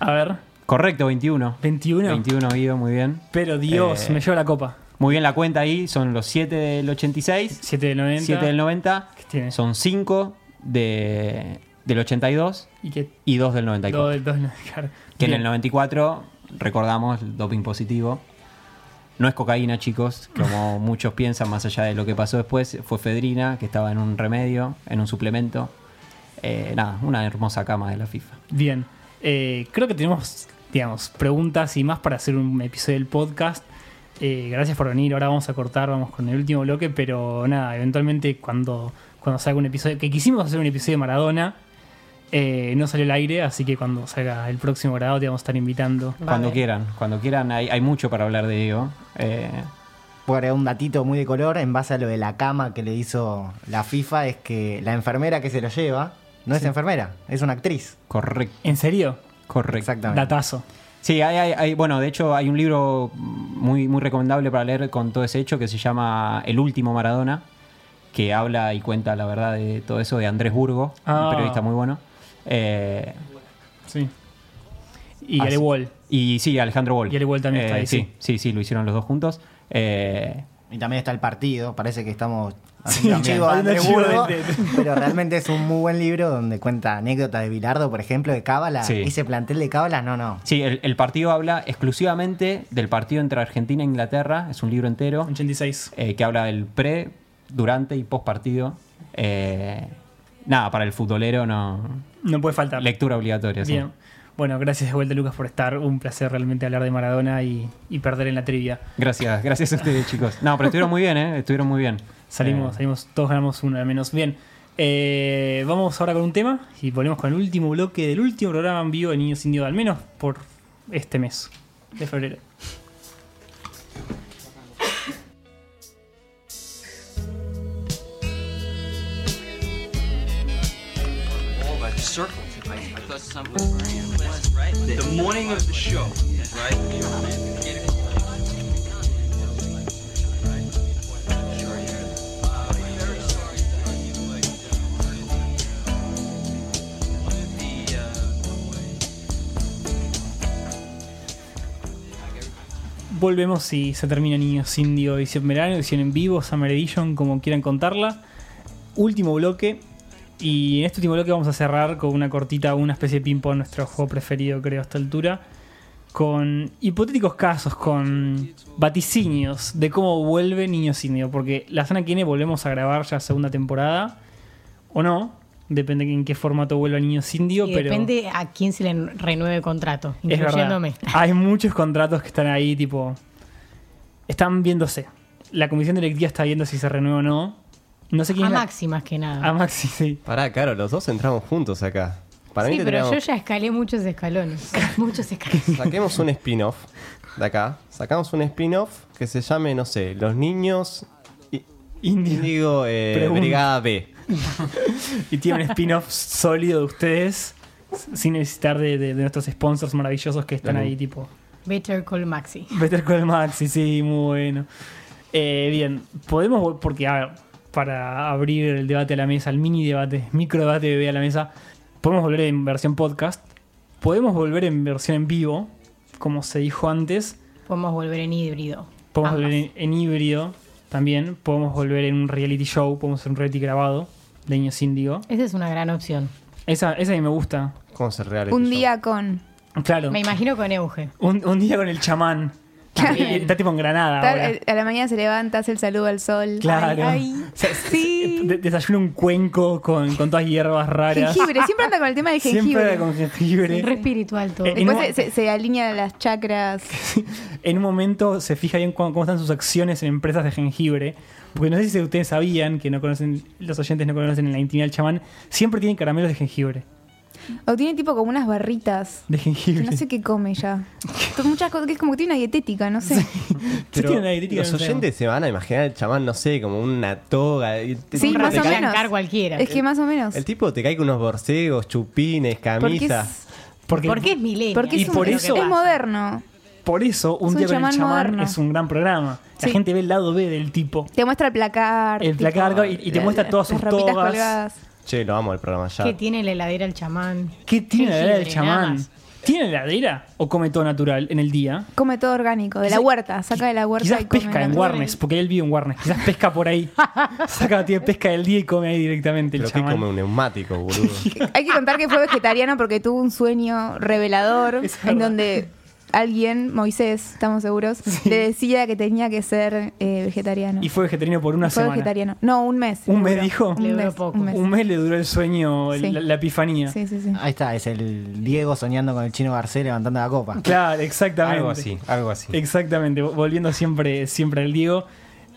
Speaker 4: A ver.
Speaker 9: Correcto, 21.
Speaker 4: 21.
Speaker 9: 21 Guido, muy bien.
Speaker 4: Pero Dios,
Speaker 9: Eh.
Speaker 4: me llevo la copa.
Speaker 9: Muy bien la cuenta ahí, son los 7 del 86,
Speaker 4: 7 del 90.
Speaker 9: 7 del 90,
Speaker 4: ¿Qué tiene?
Speaker 9: son 5 de, del 82
Speaker 4: Y que.
Speaker 9: y 2 del 94.
Speaker 4: Dos, dos, claro.
Speaker 9: que en
Speaker 4: Bien.
Speaker 9: el 94, recordamos, el doping positivo. No es cocaína, chicos, como muchos piensan, más allá de lo que pasó después, fue Fedrina, que estaba en un remedio, en un suplemento. Eh, nada, una hermosa cama de la FIFA.
Speaker 4: Bien. Eh, creo que tenemos, digamos, preguntas y más para hacer un episodio del podcast. Eh, gracias por venir. Ahora vamos a cortar, vamos con el último bloque, pero nada, eventualmente cuando, cuando salga un episodio, que quisimos hacer un episodio de Maradona, eh, no salió el aire, así que cuando salga el próximo grado te vamos a estar invitando.
Speaker 9: Cuando
Speaker 5: Vale.
Speaker 9: quieran, cuando quieran, hay, hay mucho para hablar de Diego. Eh,
Speaker 7: Puedo agregar un datito muy de color en base a lo de la cama que le hizo la FIFA, es que la enfermera que se lo lleva no es enfermera, es una actriz.
Speaker 9: correcto,
Speaker 4: ¿En serio?
Speaker 9: correcto.
Speaker 7: Exactamente.
Speaker 4: Datazo.
Speaker 9: Sí, hay, hay- hay- bueno, de hecho hay un libro muy, muy recomendable para leer con todo ese hecho que se llama El último Maradona, que habla y cuenta la verdad de todo eso de Andrés Burgo,
Speaker 4: Ah.
Speaker 9: un periodista muy bueno. Eh,
Speaker 4: Sí. Y Ale
Speaker 9: Así-
Speaker 4: Wall.
Speaker 9: Y sí, Alejandro Wall.
Speaker 4: Y Ale Wall también está ahí,
Speaker 9: Sí, sí, sí, lo hicieron los dos juntos. Eh,
Speaker 7: Y también está el partido, parece que estamos
Speaker 4: Sí,
Speaker 7: haciendo un chivo a
Speaker 4: haciendo
Speaker 7: Andrés
Speaker 4: chivo
Speaker 7: Burgo,
Speaker 4: de- de-
Speaker 7: pero realmente es un muy buen libro donde cuenta anécdotas de Bilardo, por ejemplo, de Cábala.
Speaker 9: Sí.
Speaker 7: Ese plantel de Cábala, no, no.
Speaker 9: sí, el, el partido habla exclusivamente del partido entre Argentina e Inglaterra. Es un libro entero
Speaker 4: 86.
Speaker 9: eh, que habla del pre, durante y post partido. Eh, nada, para el futbolero no.
Speaker 4: No puede faltar.
Speaker 9: Lectura obligatoria. sí.
Speaker 4: Bien. Bueno, gracias de vuelta, Lucas, por estar. Un placer realmente hablar de Maradona y, y perder en la trivia.
Speaker 9: Gracias, gracias a ustedes, chicos. No, pero estuvieron muy bien, ¿eh? Estuvieron muy bien.
Speaker 4: Salimos,
Speaker 9: Eh,
Speaker 4: salimos, todos ganamos una al menos. Bien. Eh, vamos ahora con un tema y volvemos con el último bloque del último programa en vivo de Niños Indios, al menos por este mes de febrero.
Speaker 10: The morning of the show, right?
Speaker 4: Volvemos y se termina Niños Indio edición verano, edición en vivo, Summer Edition, como quieran contarla. Último bloque. Y en este último bloque vamos a cerrar con una cortita, una especie de ping-pong, nuestro juego preferido, creo, a esta altura. Con hipotéticos casos, con vaticinios de cómo vuelve Niños Indio. Porque la semana que viene volvemos a grabar ya segunda temporada. O no, depende en qué formato vuelva Niños Indio.
Speaker 5: Y
Speaker 4: pero...
Speaker 5: depende a quién se le renueve el contrato,
Speaker 4: Es verdad. Ah,
Speaker 5: incluyéndome.
Speaker 4: Hay muchos contratos que están ahí, tipo. Están viéndose. La comisión directiva está viendo si se renueva o no. No sé quién
Speaker 5: A
Speaker 4: es la-
Speaker 5: Maxi más que nada.
Speaker 4: A Maxi, sí.
Speaker 6: Pará, claro, los dos entramos juntos acá. Para mí
Speaker 5: sí,
Speaker 6: que
Speaker 5: pero yo
Speaker 6: teníamos-
Speaker 5: ya escalé muchos escalones. muchos escalones.
Speaker 6: Saquemos un spin-off de acá. Sacamos un spin-off que se llame, no sé, Los Niños I-
Speaker 4: Indio.
Speaker 6: Índigo eh,
Speaker 4: Pregunta.
Speaker 6: Brigada B.
Speaker 4: Y tiene un spin-off sólido de ustedes. s- Sin necesitar de, de- de nuestros sponsors maravillosos que están
Speaker 6: Dale.
Speaker 4: ahí, tipo.
Speaker 5: Better Call Maxi.
Speaker 4: Better Call Maxi, sí, muy bueno. Eh, bien, podemos, vol- porque a ver, para abrir el debate a la mesa, el mini debate, micro debate bebé a la mesa, podemos volver en versión podcast, podemos volver en versión en vivo, como se dijo antes,
Speaker 5: Podemos volver en híbrido.
Speaker 4: podemos
Speaker 5: Ambas.
Speaker 4: volver en, en híbrido también, podemos volver en un reality show, podemos hacer un reality grabado de Niños Índigo.
Speaker 5: Esa es una gran opción.
Speaker 4: Esa, esa a mí me gusta.
Speaker 6: ¿Cómo se real
Speaker 8: Un día con.
Speaker 4: Claro.
Speaker 5: Me imagino con Euge.
Speaker 4: Un, un día con el chamán.
Speaker 8: También.
Speaker 4: Está tipo en Granada.
Speaker 8: Tal- eh,
Speaker 4: ahora.
Speaker 8: a la mañana se levanta, hace el saludo al sol.
Speaker 4: Ah, Claro.
Speaker 8: Ay, ay.
Speaker 4: O sea,
Speaker 8: Sí.
Speaker 4: de- Desayuno un cuenco con, con todas hierbas raras.
Speaker 8: Jengibre, siempre anda con el tema del jengibre.
Speaker 4: Siempre con jengibre.
Speaker 5: Re espiritual todo.
Speaker 4: Eh, En
Speaker 8: Después
Speaker 4: un-
Speaker 8: se, se- se alinean las chakras.
Speaker 4: En un momento se fija bien cómo, cómo están sus acciones en empresas de jengibre. Porque no sé si ustedes sabían, que no conocen, los oyentes no conocen en la intimidad del chamán, siempre tienen caramelos de jengibre.
Speaker 8: O tiene tipo como unas barritas.
Speaker 4: De
Speaker 8: que
Speaker 4: jengibre.
Speaker 8: No sé qué come ya. Son Muchas cosas que es como que tiene una dietética, no sé.
Speaker 4: Sí, tienen ahí, tienen
Speaker 6: los
Speaker 4: ahí.
Speaker 6: oyentes se van a imaginar el chamán, no sé, como una toga. y te-
Speaker 8: Sí,
Speaker 6: te
Speaker 8: más o
Speaker 6: cae-
Speaker 8: menos.
Speaker 5: arrancar cualquiera.
Speaker 8: Es que más o menos.
Speaker 6: El tipo te cae con unos borcegos, chupines,
Speaker 8: Porque es,
Speaker 6: camisas.
Speaker 4: Porque,
Speaker 5: Porque es milenio.
Speaker 8: porque
Speaker 4: Y
Speaker 8: es, un-
Speaker 4: por
Speaker 8: es-
Speaker 4: eso-
Speaker 8: es moderno.
Speaker 4: por eso un
Speaker 8: Es un
Speaker 4: día con el
Speaker 8: chamán
Speaker 4: chamán
Speaker 8: moderno.
Speaker 4: es un gran programa. La
Speaker 8: Sí.
Speaker 4: gente ve el lado B del tipo.
Speaker 8: Te muestra el placar.
Speaker 4: El
Speaker 8: tipo,
Speaker 4: placar, y- y te
Speaker 8: la-
Speaker 4: muestra
Speaker 8: la-
Speaker 4: todas
Speaker 8: las
Speaker 4: sus
Speaker 8: ropitas
Speaker 4: togas.
Speaker 8: colgadas.
Speaker 6: Che, lo amo el programa ya.
Speaker 5: Que tiene la heladera el chamán.
Speaker 4: ¿Qué tiene la heladera del
Speaker 5: Jengibre, nada
Speaker 4: chamán?
Speaker 5: más.
Speaker 4: ¿Tiene heladera o come todo natural en el día?
Speaker 8: Come todo orgánico, de la
Speaker 4: Quizá-
Speaker 8: huerta, saca de la huerta.
Speaker 4: Quizás
Speaker 8: y come
Speaker 4: pesca en
Speaker 8: natural.
Speaker 4: Warnes, porque él vive en Warnes. Quizás pesca por ahí. Saca la tía de pesca del día y come ahí directamente el
Speaker 6: Pero que
Speaker 4: chamán.
Speaker 6: como un neumático, boludo.
Speaker 8: Hay que contar que fue vegetariano porque tuvo un sueño revelador
Speaker 4: Es
Speaker 8: en
Speaker 4: verdad.
Speaker 8: donde alguien, Moisés, estamos seguros, le decía que tenía que ser eh, vegetariano.
Speaker 4: Y fue vegetariano por una
Speaker 8: fue
Speaker 4: semana.
Speaker 8: vegetariano. No, un mes.
Speaker 4: ¿Un
Speaker 8: le
Speaker 4: mes
Speaker 8: duró.
Speaker 4: dijo?
Speaker 8: Un
Speaker 5: Le duró
Speaker 8: mes,
Speaker 5: poco.
Speaker 8: Un mes.
Speaker 4: Un mes le duró el sueño, el-
Speaker 8: Sí.
Speaker 4: la, la epifanía.
Speaker 8: Sí, sí, sí.
Speaker 7: Ahí está, es el Diego soñando con el chino Garcés levantando la copa.
Speaker 4: Claro, exactamente.
Speaker 9: Algo así, algo así.
Speaker 4: Exactamente. Volviendo siempre, siempre al Diego.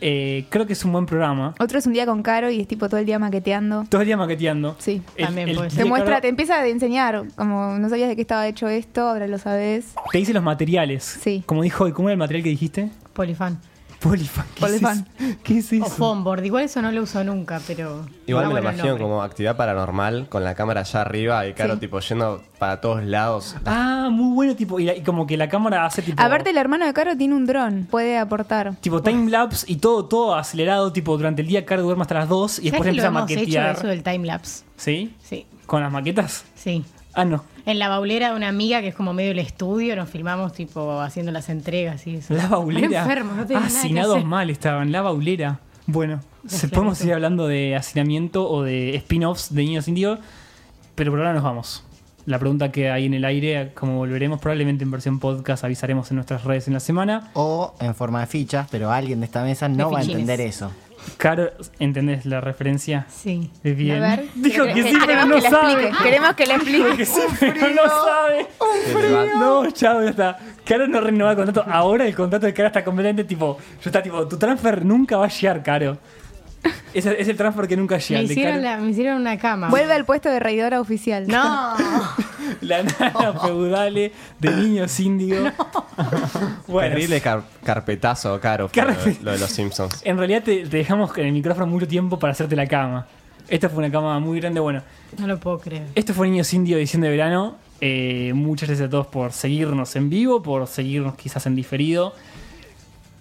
Speaker 4: Eh, creo que es un buen programa.
Speaker 8: Otro es un día con Caro y es tipo todo el día maqueteando.
Speaker 4: Todo el día maqueteando.
Speaker 8: Sí.
Speaker 5: También puede ser.
Speaker 8: Te
Speaker 4: Diego
Speaker 8: muestra,
Speaker 4: Caro
Speaker 8: te empieza a enseñar, como no sabías de qué estaba hecho esto, ahora lo sabes.
Speaker 4: te dice los materiales.
Speaker 8: Sí.
Speaker 4: Como dijo, hoy, ¿cómo era el material que dijiste?
Speaker 5: Polifan.
Speaker 4: Polifan. ¿Qué
Speaker 8: Polifan.
Speaker 4: Es eso? ¿Qué es eso?
Speaker 5: O Fonboard. Igual eso no lo uso nunca, pero. está
Speaker 6: Igual me lo
Speaker 5: bueno el
Speaker 6: imagino
Speaker 5: nombre.
Speaker 6: como actividad paranormal, con la cámara allá arriba y claro,
Speaker 8: Sí.
Speaker 6: tipo yendo para todos lados.
Speaker 4: Ah, muy bueno, tipo. Y, la- y como que la cámara hace tipo.
Speaker 8: Aparte, el hermano de Caro tiene un dron, puede aportar.
Speaker 4: Tipo timelapse y todo, todo acelerado, tipo durante el día Caro duerme hasta las 2 y
Speaker 5: ¿Sabes
Speaker 4: después
Speaker 5: que
Speaker 4: empieza a
Speaker 5: lo hemos hecho
Speaker 4: maquetear.
Speaker 5: eso del timelapse?
Speaker 4: ¿Sí?
Speaker 5: Sí,
Speaker 4: ¿Con las maquetas?
Speaker 5: sí.
Speaker 4: Ah, no.
Speaker 5: En la baulera de una amiga que es como medio el estudio, nos filmamos tipo haciendo las entregas y eso.
Speaker 4: La baulera.
Speaker 11: enfermos, no tienen nada que
Speaker 4: Hacinados
Speaker 11: hacer.
Speaker 4: mal estaban, la baulera. Bueno, se
Speaker 5: Desclaración.
Speaker 4: podemos seguir hablando de hacinamiento o de spin-offs de niños indios, pero por ahora nos vamos. La pregunta que hay en el aire, como volveremos probablemente en versión podcast, avisaremos en nuestras redes en la semana.
Speaker 7: O en forma de fichas, pero alguien de esta mesa
Speaker 5: De
Speaker 7: no va a
Speaker 5: fichines.
Speaker 7: entender eso.
Speaker 4: Caro, ¿entendés la referencia?
Speaker 5: Sí.
Speaker 4: Bien.
Speaker 8: A ver,
Speaker 4: Dijo
Speaker 8: quere-
Speaker 4: que sí,
Speaker 8: queremos
Speaker 4: pero no
Speaker 8: que la
Speaker 4: sabe.
Speaker 8: explique, Queremos que la
Speaker 4: Dijo
Speaker 8: explique.
Speaker 4: que sí, pero no sabe. No, chao, ya está. Caro no renueva el contrato. Ahora el contrato de Caro está completamente tipo. Yo está tipo, tu transfer nunca va a llegar, Caro. Es el, es el transfer que nunca llega.
Speaker 5: Me
Speaker 4: el de
Speaker 5: hicieron,
Speaker 4: Caro.
Speaker 5: la- me hicieron una cama.
Speaker 8: Vuelve al puesto de reidora oficial.
Speaker 5: No.
Speaker 4: La nana feudale de niños índigo. Bueno,
Speaker 6: Terrible car- carpetazo, caro. fue
Speaker 4: Carpe-
Speaker 6: Lo, lo de los Simpsons.
Speaker 4: en realidad te, te dejamos en el micrófono mucho tiempo para hacerte la cama. Esta fue una cama muy grande. Bueno,
Speaker 5: No lo puedo creer.
Speaker 4: Esto fue Niños Indio edición de verano. Eh, muchas gracias a todos por seguirnos en vivo, por seguirnos quizás en diferido.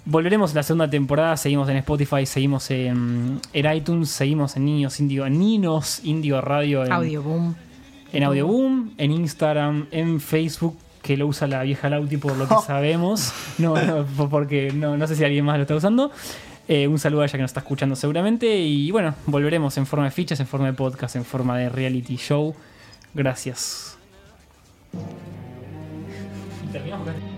Speaker 4: Volveremos la segunda temporada, seguimos en Spotify, seguimos en, en iTunes, seguimos en Niños Indio, en Ninos Indio Radio, en,
Speaker 5: Audio boom.
Speaker 4: en Audioboom, en Instagram, en Facebook, que lo usa la vieja Lauti por lo que sabemos. No, no, po- porque no, no sé si alguien más lo está usando. Eh, un saludo a ella que nos está escuchando seguramente. Y bueno, volveremos en forma de fichas, en forma de podcast, en forma de reality show. Gracias. Y terminamos acá.